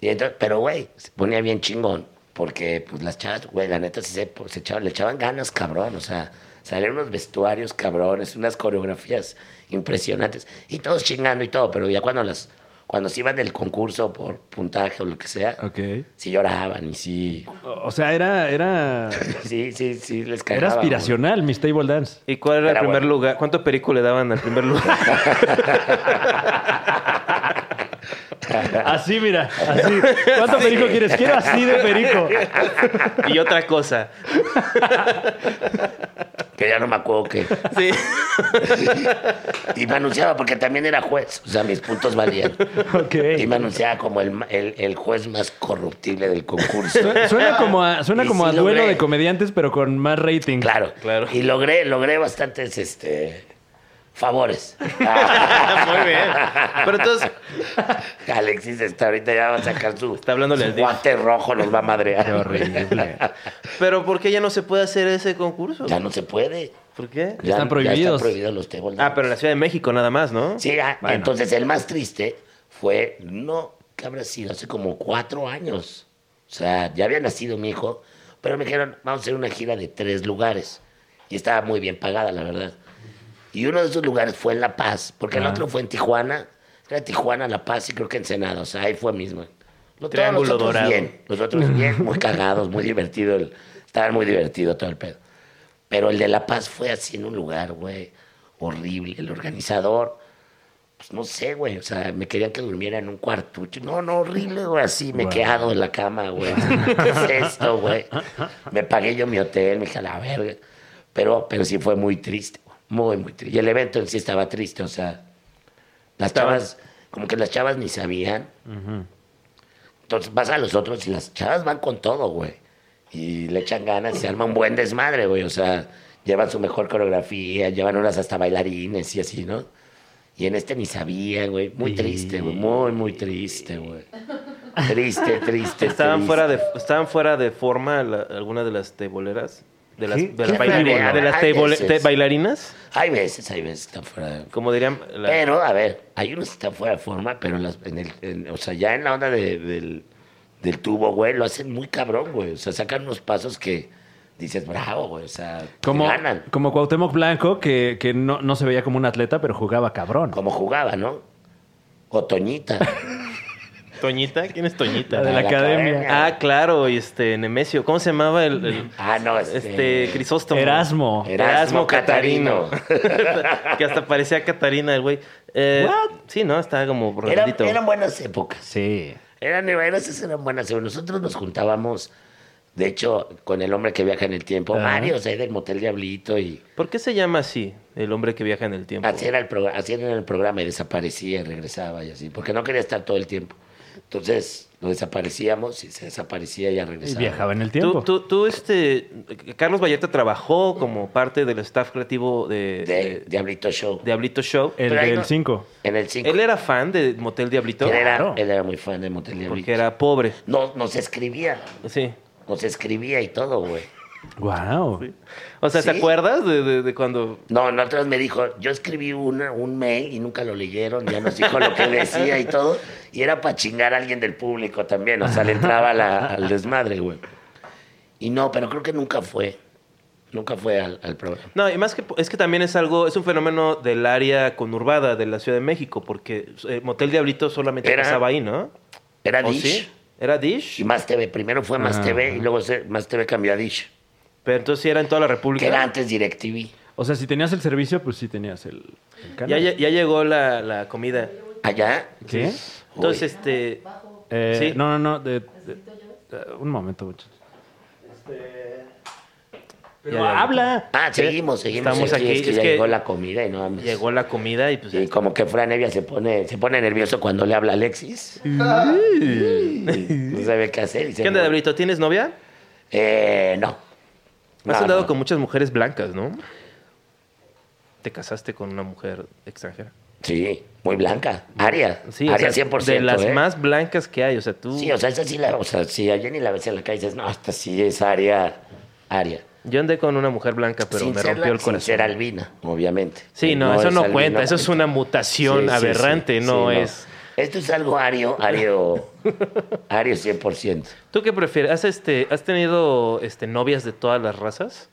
Y entonces, pero, güey, se ponía bien chingón. Porque, pues, las chavas, güey, la neta, sí se, pues, se echaban, le echaban ganas, cabrón. O sea, salían unos vestuarios, cabrones, unas coreografías impresionantes. Y todos chingando y todo. Pero ya cuando las cuando se iban del concurso por puntaje o lo que sea, ok. sí lloraban y sí... O o sea, era, era, Sí, sí, sí, les cagaba. era güey. aspiracional, Miss Table (laughs) Dance. ¿Y cuál era el Era primer bueno. lugar? ¿Cuánto perico le daban al primer (laughs) lugar? Así, mira, así. ¿Cuánto perico quieres? Quiero así de perico. y otra cosa. Que ya no me acuerdo que... Sí. (laughs) Y me anunciaba porque también era juez. O sea, mis puntos valían. Y Ok. me anunciaba como el, ma- el- el juez más corruptible del concurso. (laughs) (laughs) Suena como a, suena Y como sí a duelo logré. de comediantes, pero con más rating. Claro. Claro. Y logré, logré bastantes este, favores. Ah, Muy bien. Pero entonces, (laughs) Alexis está ahorita ya va a sacar su, Está hablándole su al Dios. guante rojo, nos va a madrear. Qué horrible. ¿pero por qué ya no se puede hacer ese concurso? (laughs) Ya no se puede. ¿Por qué? Ya, están prohibidos. están prohibidos los table dance. Ah, pero en la Ciudad de México nada más, ¿no? Sí, ah, Bueno. entonces el más triste fue, no, que habrá sido hace como cuatro años. O sea, ya había nacido mi hijo, pero me dijeron, vamos a hacer una gira de tres lugares. Y estaba muy bien pagada, la verdad. Y uno de esos lugares fue en La Paz, porque el otro fue en Tijuana. Era Tijuana, La Paz y creo que Ensenada. O sea, ahí fue mismo. Lo, todos Triángulo los otros Dorado. bien. (laughs) Los otros bien, muy cagados, muy divertido. el- estaban muy divertido todo el pedo. Pero el de La Paz fue así en un lugar, güey, horrible. El organizador, pues no sé, güey. O sea, me querían que durmiera en un cuartucho. No, no, horrible, güey. Así me he quedado en la cama, güey. (laughs) ¿Qué es esto, güey? Me pagué yo mi hotel, me dije a la verga. Pero, pero sí fue muy triste, güey, muy, muy triste. Y el evento en sí estaba triste, o sea, las Estaban- chavas, como que las chavas ni sabían. Entonces vas a los otros y las chavas van con todo, güey. Y le echan ganas y se arma un buen desmadre, güey. O sea, llevan su mejor coreografía, llevan unas hasta bailarines y así, ¿no? Y en este ni sabía, güey. Muy triste, güey. Muy, muy (laughs) triste, güey. Triste, triste. Estaban triste. fuera, de, estaban fuera de forma la- algunas de las teboleras. De las, ¿Qué? de ¿Qué las, bailar- planeaban? de las Ah, tebole- ese te- es. bailarinas, Hay veces, hay veces que están fuera de. como dirían. la- Pero, a ver, hay unos que están fuera de forma, pero las, en el, en- o sea, ya en la onda de- del, del tubo, güey, lo hacen muy cabrón, güey. O sea, sacan unos pasos que dices, bravo, güey. O sea, Como, ganan. como Cuauhtémoc Blanco, que, que no, no se veía como un atleta, pero jugaba cabrón. Como jugaba, ¿no? Otoñita. ¿Toñita? ¿Quién es La (laughs) de Toñita? la academia. Ah, claro, y este, Nemesio. ¿Cómo se llamaba el, el- Ah, no, este- este, Crisóstomo? Erasmo. Erasmo Catarino. que hasta parecía Catarina el güey. Eh, What? sí, ¿no? Estaba como Era- redondito. eran buenas épocas. Sí. Eran, eran, esas eran buenas. Nosotros nos juntábamos, de hecho, con el hombre que viaja en el tiempo, Ajá. Mario, o sea, del Motel Diablito y... ¿Por qué se llama así el hombre que viaja en el tiempo? Así era, el programa, así era el programa y desaparecía y regresaba y así, porque no quería estar todo el tiempo. Entonces lo desaparecíamos y se desaparecía y ya Y regresaba. viajaba en el Tú, tiempo. tú, tú, este, Carlos Vallarta trabajó como parte del staff creativo de, De de Diablito Show. Diablito Show. el pero ahí del no- 5. En el 5. Él era fan de Motel Diablito Él era, Claro. él era muy fan de Motel Diablito. porque era pobre. No, nos escribía, Sí. nos escribía y todo, güey. Wow. O sea, ¿te Sí. acuerdas de, de- de cuando No, nosotros me dijo, yo escribí una- un mail y nunca lo leyeron, ya nos dijo lo que decía y todo, y era para chingar a alguien del público también, o sea, le entraba la- al desmadre, güey. Y no, pero creo que nunca fue, nunca fue al, al programa. No, y más que es que también es algo, es un fenómeno del área conurbada de la Ciudad de México, porque eh, Motel Diablito solamente Era- pasaba ahí, ¿no? Era ¿O Dish sí? Era Dish, y Más TV, primero fue Más Ah. TV y luego se- Más TV cambió a Dish, pero entonces sí era en toda la que era República. antes DirecTV. O sea, si tenías el servicio, pues sí tenías el, el Ya, canal. ya, ya llegó la, la comida. Allá, ¿Qué? Entonces, este, Eh, Sí. No, no, no. de- de- eh, un momento, muchachos. Este, Pero Ya, ya, habla. ah, seguimos, seguimos. Estamos seguimos, aquí, es que es ya que- llegó la comida y no mames. llegó la comida y pues... Y como que Fran Evia se pone, se pone nervioso cuando le habla a Alexis. (laughs) no sabe qué hacer. Y se ¿Qué onda, Diablito? ¿Tienes novia? Eh, no. Has No, andado no. con muchas mujeres blancas, ¿no? Te casaste con una mujer extranjera. Sí, muy blanca. Aria. Sí, o Aria sea, 100%. de las ¿eh? más blancas que hay, o sea, tú... Sí, o sea, esa sí la. O sea, si a Jenny la ves en la calle dices, no, esta sí es Aria. Aria. Yo andé con una mujer blanca, pero Sin me ser la- rompió el sin corazón. ser albina, obviamente. Sí, no, eso es no albina, cuenta, eso es una Sí, mutación sí, aberrante, sí, no sí, es. Esto es algo ario, ario. (laughs) Ario 100%. ¿Tú qué prefieres? ¿Has, este, has tenido este, novias de todas las razas?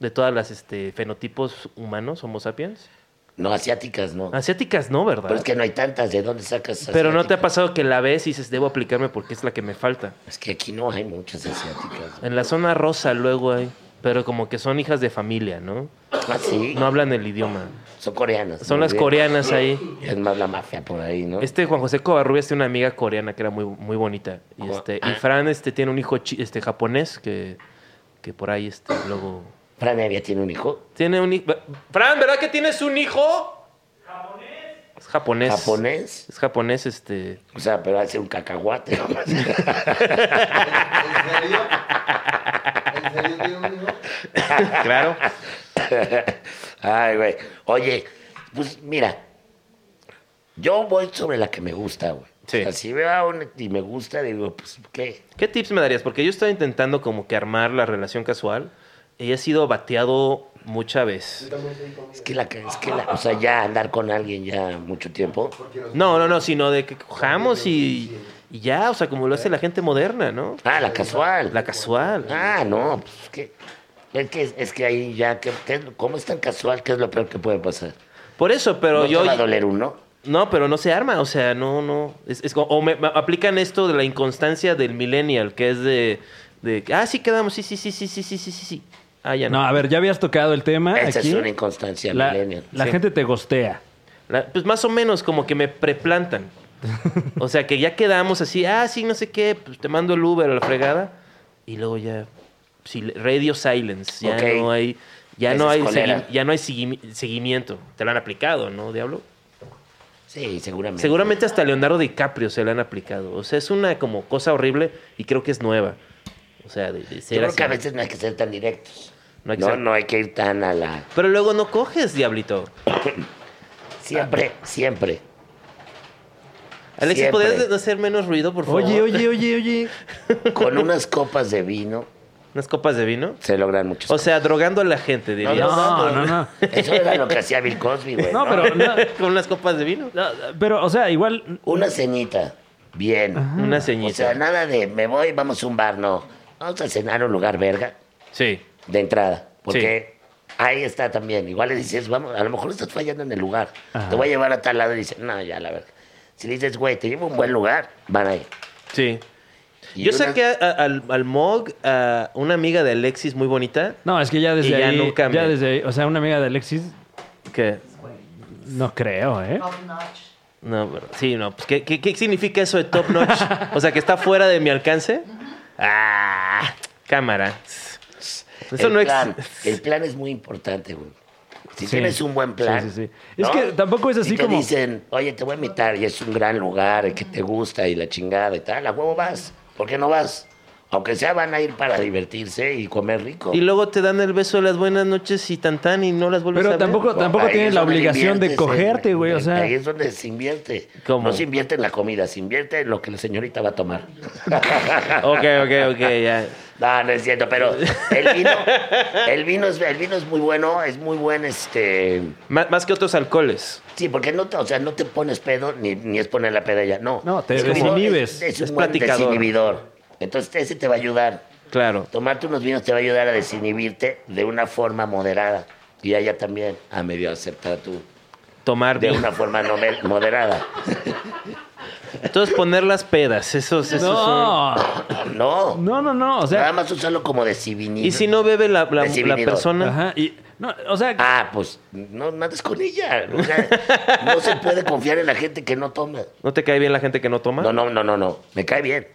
¿De todas las este, fenotipos humanos, homo sapiens? No, asiáticas no. Asiáticas no, ¿verdad? Pero es que no hay tantas. ¿De dónde sacas asiáticas? Ah, Pero no te ha pasado que la ves y dices, debo aplicarme porque es la que me falta. Es que aquí no hay muchas asiáticas. En la zona rosa luego hay, pero como que son hijas de familia, ¿no? Ah, sí. No hablan el idioma. Son coreanas. Son muy las bien. coreanas ahí. Es más la mafia por ahí, ¿no? Este Juan José Covarrubias tiene una amiga coreana que era muy, muy bonita. Y, Cua- este, y ah. Fran este, tiene un hijo chi- este, japonés que, que por ahí este, luego... Fran Evia tiene un hijo. Tiene un hijo... Fran, ¿verdad que tienes un hijo? Japonés. Es japonés. Japonés. Es japonés, este... O sea, pero hace un cacahuate. ¿no? (laughs) ¿En serio? ¿En serio tiene un hijo? Claro. Ay, güey. Oye, pues mira. Yo voy sobre la que me gusta, güey. Sí. O sea, si veo a un y me gusta, digo, pues, ¿qué? ¿Qué tips me darías? Porque yo estoy intentando como que armar la relación casual y he sido bateado mucha vez. Es que la, que- es que la, o sea, ya andar con alguien ya mucho tiempo. No, no, no, sino de que cojamos y, y ya, o sea, como lo hace la gente moderna, ¿no? Ah, la casual. La casual. Ah, no, pues, ¿qué? Es que, es que ahí ya, que, que es- ¿cómo es tan casual? ¿Qué es lo peor que puede pasar? Por eso, pero ¿No te yo. va a doler uno? No, pero no se arma, o sea, no, no. Es, es como- o me, me aplican esto de la inconstancia del millennial, que es de, de que, ah, sí quedamos, sí, sí, sí, sí, sí, sí, sí, sí, sí. Ah, ya no. No, a ver, ya habías tocado el tema. Esa Ah, aquí. es una inconstancia La, millennial. la Sí. gente te gostea. La- pues más o menos como que me preplantan. O sea, que ya quedamos así, ah, sí, no sé qué, pues te mando el Uber a la fregada. Y luego ya, sil- radio silence, ya Ok. no hay, ya Esa no es hay, colera. segui- ya no hay seguimi- seguimiento. Te lo han aplicado, ¿no, Diablo? Sí, seguramente. Seguramente hasta Leonardo DiCaprio se la han aplicado. O sea, es una como cosa horrible y creo que es nueva. O sea, de, de Yo ser creo así. que a veces no hay que ser tan directos. No No, hay que ser- no hay que ir tan a la... Pero luego no coges, Diablito. Siempre, siempre. Alexis, Siempre. ¿podrías hacer menos ruido, por favor? Oye, oye, oye, oye. Con unas copas de vino ¿Unas copas de vino? se logran muchas O cosas. sea, drogando a la gente, dirías. No, No, no, no. Eso era lo que hacía Bill Cosby, güey. No, pero, no, (laughs) Con unas copas de vino. no, pero, o sea, igual. Una ceñita. Bien. Una Ah, O ceñita. sea, nada de me voy, vamos a un bar, no. Vamos a cenar a un lugar verga Sí. de entrada. Porque ahí está también. Igual le dices, vamos, a lo mejor estás fallando en el lugar. Ajá. Te voy a llevar a tal lado y dices, no, ya la verga. Si le dices, güey, te llevo a un buen lugar, van ahí. Sí. Y Yo una- saqué a- a- al, al Mog a una amiga de Alexis muy bonita. No, es que ya desde Y ya ahí. nunca me- ya desde ahí, O sea, una amiga de Alexis, Que. no creo, ¿eh? pues, Top notch. No, pero- sí, no. Pues, ¿qué, qué, qué significa eso de top notch? o sea, que está fuera de mi alcance. Ah, cámara. Eso el no plan, existe. El plan es muy importante, güey. Si Sí. tienes un buen plan. Sí, sí, sí. Es que tampoco es Si así te como- dicen, oye, te voy a invitar y es un gran lugar, el que te gusta y la chingada y tal, a huevo vas. ¿Por qué no vas? Aunque sea, van a ir para divertirse y comer rico. Y luego te dan el beso de las buenas noches y tan tan y no las vuelves a Pero ver. tampoco, No, tampoco ahí tienes es la donde obligación de inviertes, eh, cogerte, güey. O sea, Ahí es donde se invierte. ¿Cómo? No se invierte en la comida, se invierte en lo que la señorita va a tomar. Ah, Ok, ok, ok, ya. No, no es cierto, pero el vino, el vino es, el vino es muy bueno, es muy buen este. Má- más que otros alcoholes. Sí, porque no te, o sea, no te pones pedo ni, ni es poner la peda ya, no. No, te Es como- desinhibes. Es, es un Es buen platicador. desinhibidor. Entonces ese te va a ayudar. Claro. Tomarte unos vinos te va a ayudar a desinhibirte de una forma moderada. Y allá también, a medio aceptar tú. Tomar De vino. una forma no me- moderada. Entonces poner las pedas, eso, eso es no, No. no, no, no. O nada sea, más usarlo como un- desinhibidor. Y si no bebe la, la- la Desinhibidor. persona, ajá, y, no, o sea, Ah, pues no andes con ella. O sea, (laughs) no se puede confiar en la gente que no toma. ¿no te cae bien la gente que no toma? No, no, no, no, no. Me cae bien.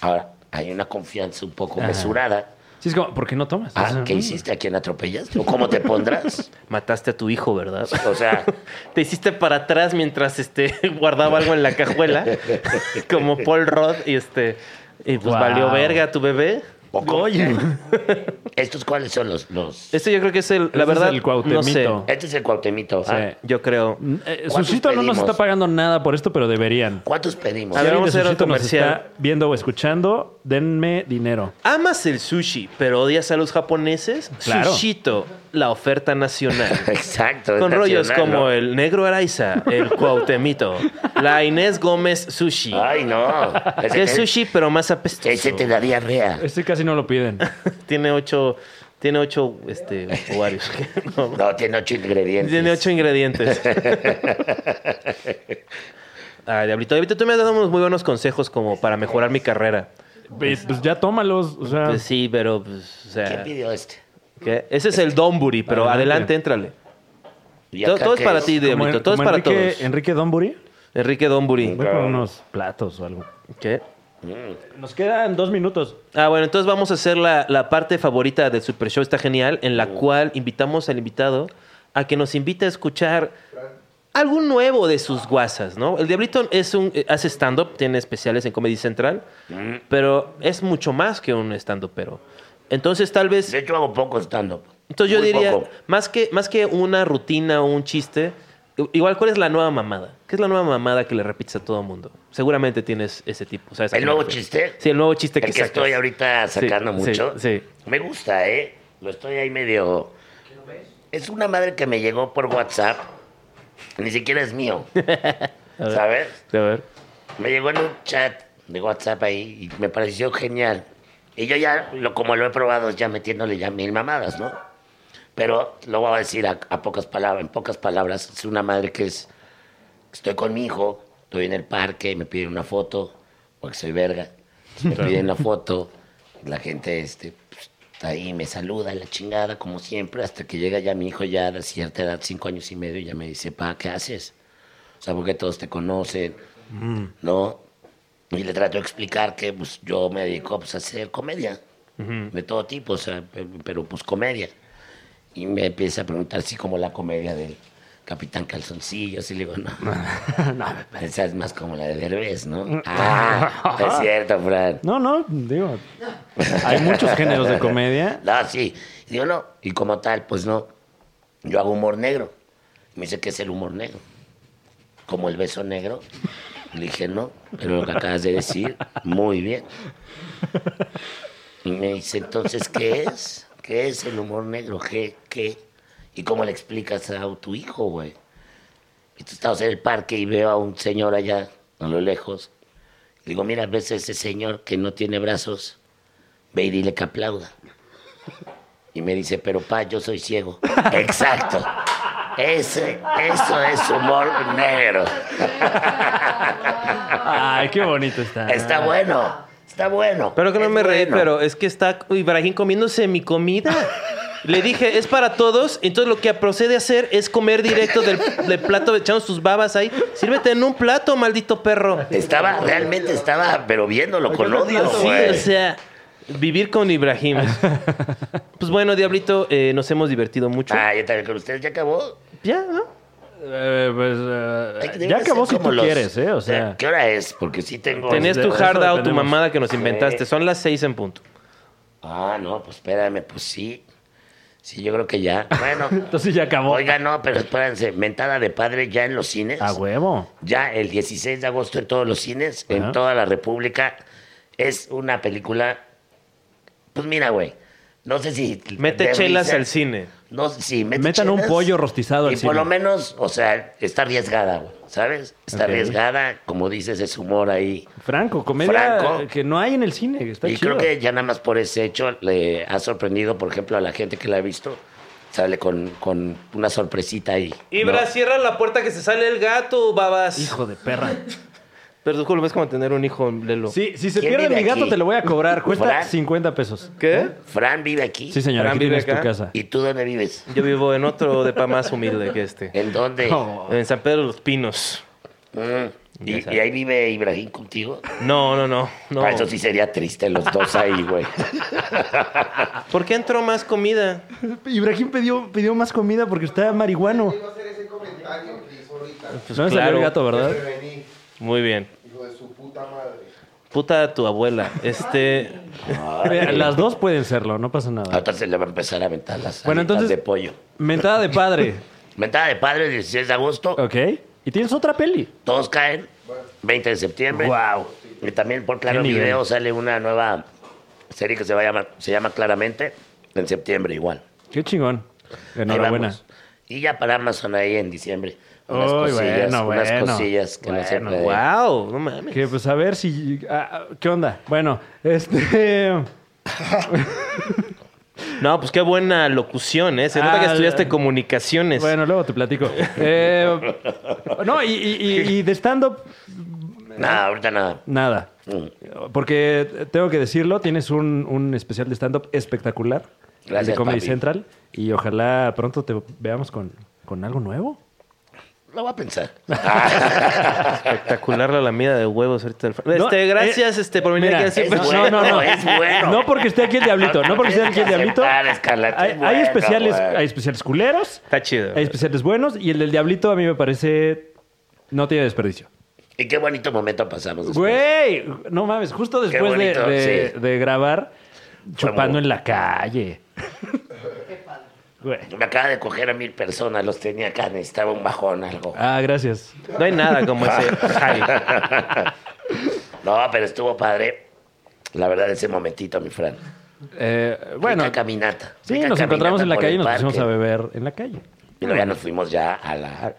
Ahora, hay una confianza un poco Ajá. mesurada. sí es como, ¿por qué no tomas? O Ah, sea, ¿qué mm. hiciste? ¿A quién atropellaste? ¿O cómo te pondrás? Mataste a tu hijo, ¿verdad? O sea, (laughs) Te hiciste para atrás mientras este, (laughs) guardaba algo en la (laughs) cajuela, como Paul Rod, y este. Y pues Wow. valió verga tu bebé. ¿o cómo- Oye, (laughs) ¿estos cuáles son los...? los... Esto yo creo que es el. Ese La es verdad, el no sé. Cuauhtémito. Este es el cuautemito. Sí. Yo creo. eh, ¿Cuántos Susito no nos pedimos? está pagando nada por esto, pero deberían. ¿Cuántos pedimos? A Si alguien ver, vamos de a hacer Susito otro nos está comercial. viendo o escuchando, denme dinero. ¿Amas el sushi, pero odias a los japoneses? Claro. Sushito, la oferta (laughs) nacional. (laughs) Exacto. es Con rollos nacional, como ¿no? el Negro Araiza, el Cuauhtémito, la Inés Gómez Sushi. Ay, (laughs) no. Ese que es te- sushi, pero más apestoso. Ese te da diarrea. Este casi no lo piden. Tiene ocho, tiene ocho este, ovarios. (laughs) No. No, tiene ocho ingredientes. Tiene (laughs) ocho ingredientes. Ah, Diablito, Diablito, tú me has dado unos muy buenos consejos como para mejorar mi carrera. Pues, pues ya tómalos. O sea, Pues sí, pero, pues, o ¿Quién sea... pidió este? ¿qué? Ese es el Donburi, pero Adelante. adelante, éntrale. ¿Y Todo, acá todo es qué para ti, como- Diablito, todo es como para Enrique, todos. Enrique Donbury. Enrique Donburi. Voy por unos platos o algo. ¿Qué? Nos quedan dos minutos. Ah, bueno, entonces vamos a hacer la, la parte favorita del Super Show, está genial, en Mm. la cual invitamos al invitado a que nos invite a escuchar algo nuevo de sus guasas, ¿no? El Diablito es un, eh, hace stand-up, tiene especiales en Comedy Central, Mm. pero es mucho más que un stand-up, pero... Entonces tal vez... De hecho, hago poco stand-up. Entonces yo Muy diría, poco. más que, más que una rutina o un chiste, i- igual, ¿cuál es la nueva mamada? ¿Qué es la nueva mamada que le repites a todo el mundo? Seguramente tienes ese tipo. ¿sabes a ¿El qué me nuevo refiero? chiste? Sí, el nuevo chiste El que que sacas. estoy ahorita Sí, sacando sí, mucho. sí. Me gusta, ¿eh? Lo estoy ahí medio. Es una madre que me llegó por WhatsApp. Ni siquiera (laughs) es mío. ¿Sabes? A ver. Me llegó en un chat de WhatsApp ahí y me pareció genial. Y yo ya, lo, como lo he probado, ya metiéndole ya mil mamadas, ¿no? Pero lo voy a decir a, a pocas palabras, en pocas palabras, es una madre que es, estoy con mi hijo, estoy en el parque, me piden una foto, porque soy verga, me piden la foto, la gente este, pues, está ahí, me saluda la chingada, como siempre, hasta que llega ya mi hijo ya de cierta edad, cinco años y medio, y ya me dice, pa, ¿qué haces? O sea, porque todos te conocen, Mm. ¿no? Y le trato de explicar que pues, yo me dedico pues, a hacer comedia, de todo tipo, o sea, pe- pero pues comedia. Y me empieza a preguntar si como la comedia del Capitán Calzoncillo, y le digo, (laughs) no, Mm. esa es más como la de Derbez, ¿no? ah, es cierto, Fran. No, no, (laughs) digo. Hay muchos géneros de comedia. No, Ah, sí. Y digo, no. Y como tal, pues no. Yo hago humor negro. Y me dice, ¿qué es el humor negro? ¿Como el beso negro? Le dije, no, pero lo que acabas de decir, muy bien. Y me dice, entonces, ¿qué es? ¿Qué es el humor negro? ¿Qué? ¿Qué? ¿Y cómo le explicas a tu hijo, güey? Y tú estabas en el parque y veo a un señor allá, a lo lejos. Le digo, mira, ves a ese señor que no tiene brazos, ve y dile que aplauda. Y me dice, pero pa, yo (laughs) soy ciego. Exacto. Ese, eso es humor negro. Ay, qué bonito está. Está bueno, está bueno. Ah. Pero que no es me reí, bueno. pero es que está Ibrahim comiéndose mi comida. Le dije, es para todos. Entonces lo que procede a hacer es comer directo del, del plato, echando sus babas ahí. Sírvete en un plato, maldito perro. Estaba, realmente estaba, pero viéndolo con odio, Sí, güey. o sea, vivir con Ibrahim. Pues bueno, Diablito, eh, nos hemos divertido mucho. Ah, yo también con ustedes ya acabó. Ya, ¿no? Eh, pues, eh, Hay ya que- deben acabó ser si como tú los- quieres, ¿eh? O sea. ¿Qué hora es? Porque sí tengo. este Tenés tu de eso hard out, tu dependemos. mamada que nos inventaste. Sí. Son las seis en punto. Ah, no, pues espérame, pues sí. Sí, yo creo (laughs) que ya. Bueno. Entonces ya acabó. Oiga, no, pero espérense, mentada de padre ya en los cines. A huevo. Ya el 16 de agosto en todos los cines, Ajá. en toda la República. Es una película. Pues mira, güey. No sé si. Mete de chelas risa. al cine. No sé si mete Metan un chelas. pollo rostizado al Y cine. por lo menos, o sea, está arriesgada, güey. ¿Sabes? Está Ok. arriesgada, como dices, es humor ahí. Franco, comedia Franco. que no hay en el cine. que Está y chido. creo que ya nada más por ese hecho le ha sorprendido, por ejemplo, a la gente que la ha visto. Sale con, con una sorpresita ahí. ¿no? Ibra, cierra la puerta que se sale el gato, babas. Hijo de perra. Pero tú lo ves como tener un hijo, Lelo. Sí, si se ¿Quién pierde vive mi gato, aquí? te lo voy a cobrar. Cuesta ¿Fran? 50 pesos. ¿Qué? Fran vive aquí. Sí, señor, ¿Fran aquí vive tienes tu acá? casa. (laughs) ¿Y tú dónde vives? Yo vivo en otro depa más humilde que este. ¿En dónde? No. En San Pedro de los Pinos. Mm. Ya ¿Y, sabes. y ahí vive Ibrahim contigo? No, no, no. no. Ah, eso sí sería triste los dos ahí, (laughs) güey. ¿Por qué entró más comida? Ibrahim pidió, pidió más comida porque está marihuano. Iba a hacer ese comentario que hizo ahorita. Pues no me salió claro. el gato, ¿verdad? Te prevení, Muy bien. hijo de su puta madre. Puta tu abuela. Este. Mira, Las dos pueden serlo, no pasa nada. Ahorita se Ah, le va a empezar a aventar las Bueno, alitas entonces- de pollo. Mentada de padre. Mentada de padre, 16 de agosto. ¿Ok? Y tienes otra peli. Todos caen. 20 de septiembre. Guau. Y también por Claro Qué nivel. Video sale una nueva serie que se va a llamar, se llama Claramente, en septiembre igual. Qué chingón. Ahí Enhorabuena. vamos. Y ya para Amazon ahí en diciembre. Unas Uy, cosillas, bueno, unas bueno. cosillas que no se Bueno, puede- ¡Wow! No mames. Que pues a ver si. ah, ¿Qué onda? Bueno, este. No, pues qué buena locución, ¿eh? Se nota que Ah, estudiaste la- comunicaciones. Bueno, luego te platico. Eh, no, y, y- y- y de stand-up, Nada, ahorita nada. nada. Mm. Porque tengo que decirlo, tienes un, un especial de stand-up espectacular. Gracias, De Comedy papi. Central. Y ojalá pronto te veamos con, con algo nuevo. Lo voy a pensar. (laughs) Espectacular la lamida de huevos ahorita. del Fran. No, Este, eh, gracias este, por venir mira, aquí. al es Cien Pesos. bueno. No, no, no. Es bueno. No porque esté aquí el diablito, no porque esté aquí el diablito. Aceptar, Escarlata, Hay, es hay bueno, especiales, güey. hay especiales culeros, Está chido. hay especiales buenos y el del diablito a mí me parece no tiene desperdicio. (laughs) Y qué bonito momento pasamos. después. Güey, no mames, justo después de- bonito, de, sí. de grabar chupando muy- en la calle. Güey. Me acaba de coger a mil personas, los tenía acá, necesitaba un bajón, algo. Ah, gracias. No hay nada como (laughs) ese high. No, pero estuvo padre. La verdad, ese momentito, mi Fran. Eh, bueno, Rica caminata. sí, rica nos caminata encontramos en la por calle y el nos pusimos a parque. beber en la calle. Eh, Y luego ya nos fuimos ya a la,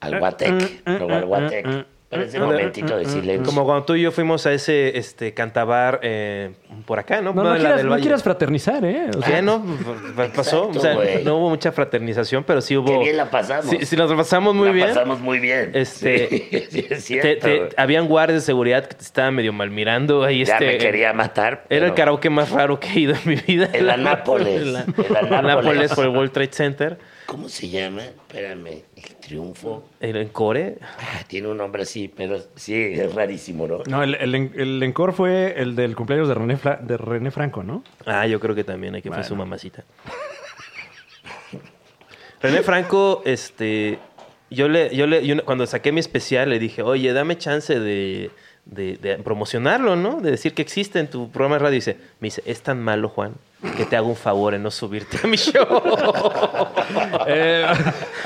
al Guatec. Luego al Guatec. Pero es de momentito de silencio. Como cuando tú y yo fuimos a ese este, cantabar eh, por acá, ¿no? No, no, en la quieras, del no Valle. quieras fraternizar, ¿eh? O Ah, sea, Ya (laughs) no, pa- pues, pasó. Exacto, o sea, güey. no hubo mucha fraternización, pero sí hubo. Qué bien la pasamos. Sí, sí, nos pasamos muy la bien. pasamos muy bien. Este, (laughs) Sí, sí, es Te- cierto. te- habían guardias de seguridad que te estaban medio mal mirando. Ahí ya este, me quería matar. Era el pero- karaoke más raro que he ido en mi vida. El (laughs) Anápolis. El, An- El Anápolis. Anápolis por el World Trade Center. ¿Cómo se llama? Espérame. El triunfo. El, en Core. Ah, tiene un nombre así, pero sí, es rarísimo, ¿no? no, el, el, el encore fue el del cumpleaños de René, Fla- de René Franco, (laughs) ¿no? Ah, yo creo que también hay que fue Bueno. su mamacita. René Franco, este, yo le, yo le, yo no- cuando saqué mi especial le dije, oye, dame chance de, de- de promocionarlo, ¿no? De decir que existe en tu programa de radio. Y dice, me dice, es tan malo, Juan, que te hago un favor en no subirte a mi show. (laughs) Eh,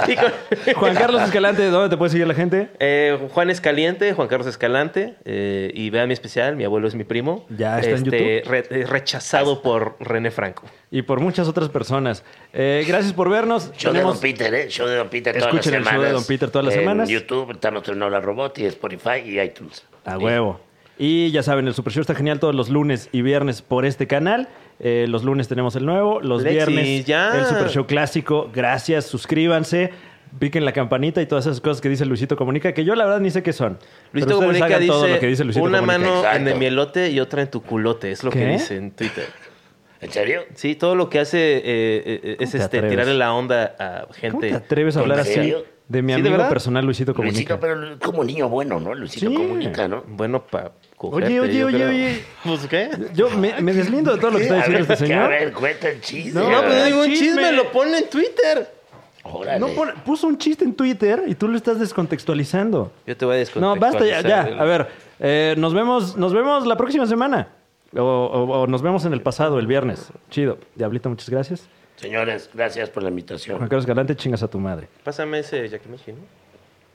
Y con- Juan Carlos Escalante, ¿dónde te puede seguir la gente? Eh, Juan Escaliente, Juan Carlos Escalante, eh, y vean mi especial, mi abuelo es mi primo. Ya está en YouTube. re- eh, rechazado por René Franco. Y por muchas otras personas. Eh, gracias por vernos. Show de Tenemos- Don Peter, ¿eh? Show de Don Peter todas las Escuchen el semanas. show de Don Peter todas las en semanas. YouTube, estamos en Hola Robot y Spotify y iTunes. A huevo. Y ya saben, el Super Show está genial todos los lunes y viernes por este canal. Eh, los lunes tenemos el nuevo, los Lexi, viernes ya. el Super Show clásico. Gracias, suscríbanse, piquen la campanita y todas esas cosas que dice Luisito Comunica, que yo la verdad ni sé qué son. Pero Luisito ustedes Comunica hagan dice, todo lo que dice Luisito una Comunica". mano en Exacto. el mielote y otra en tu culote, es lo ¿Qué? que dice en Twitter. ¿En serio? Sí, todo lo que hace eh, eh, eh, es te este, atreves? tirarle la onda a gente. ¿Cómo te atreves a ¿En hablar así serio? de mi ¿Sí, de amigo verdad? personal Luisito Comunica? Luisito, pero como niño bueno, ¿no? Luisito Sí. comunica, ¿no? Bueno, para Oye, oye, oye, (laughs) oye. Pues qué. Yo me, me deslindo de todo lo que está A ver, diciendo este que a señor. ver, cuenta el chiste. No, No, pero pues, digo un Chisme. chisme, lo pone en Twitter. Órale. No pone- puso un chiste en Twitter y tú lo estás descontextualizando. Yo te voy a No, basta ya, ya. descontextualizar el- A ver, eh, nos vemos, nos vemos la próxima semana. O, o- o nos vemos en el pasado, el viernes. Chido. Diablito, muchas gracias. Señores, gracias por la invitación. Juan Carlos Galante, chingas a tu madre. Pásame ese Jackie Michi, ¿no?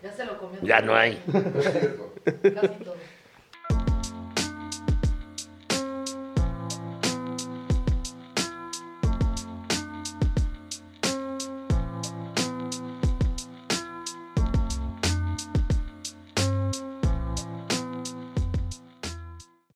Ya se lo comió. Ya no hay. (laughs) Casi todo.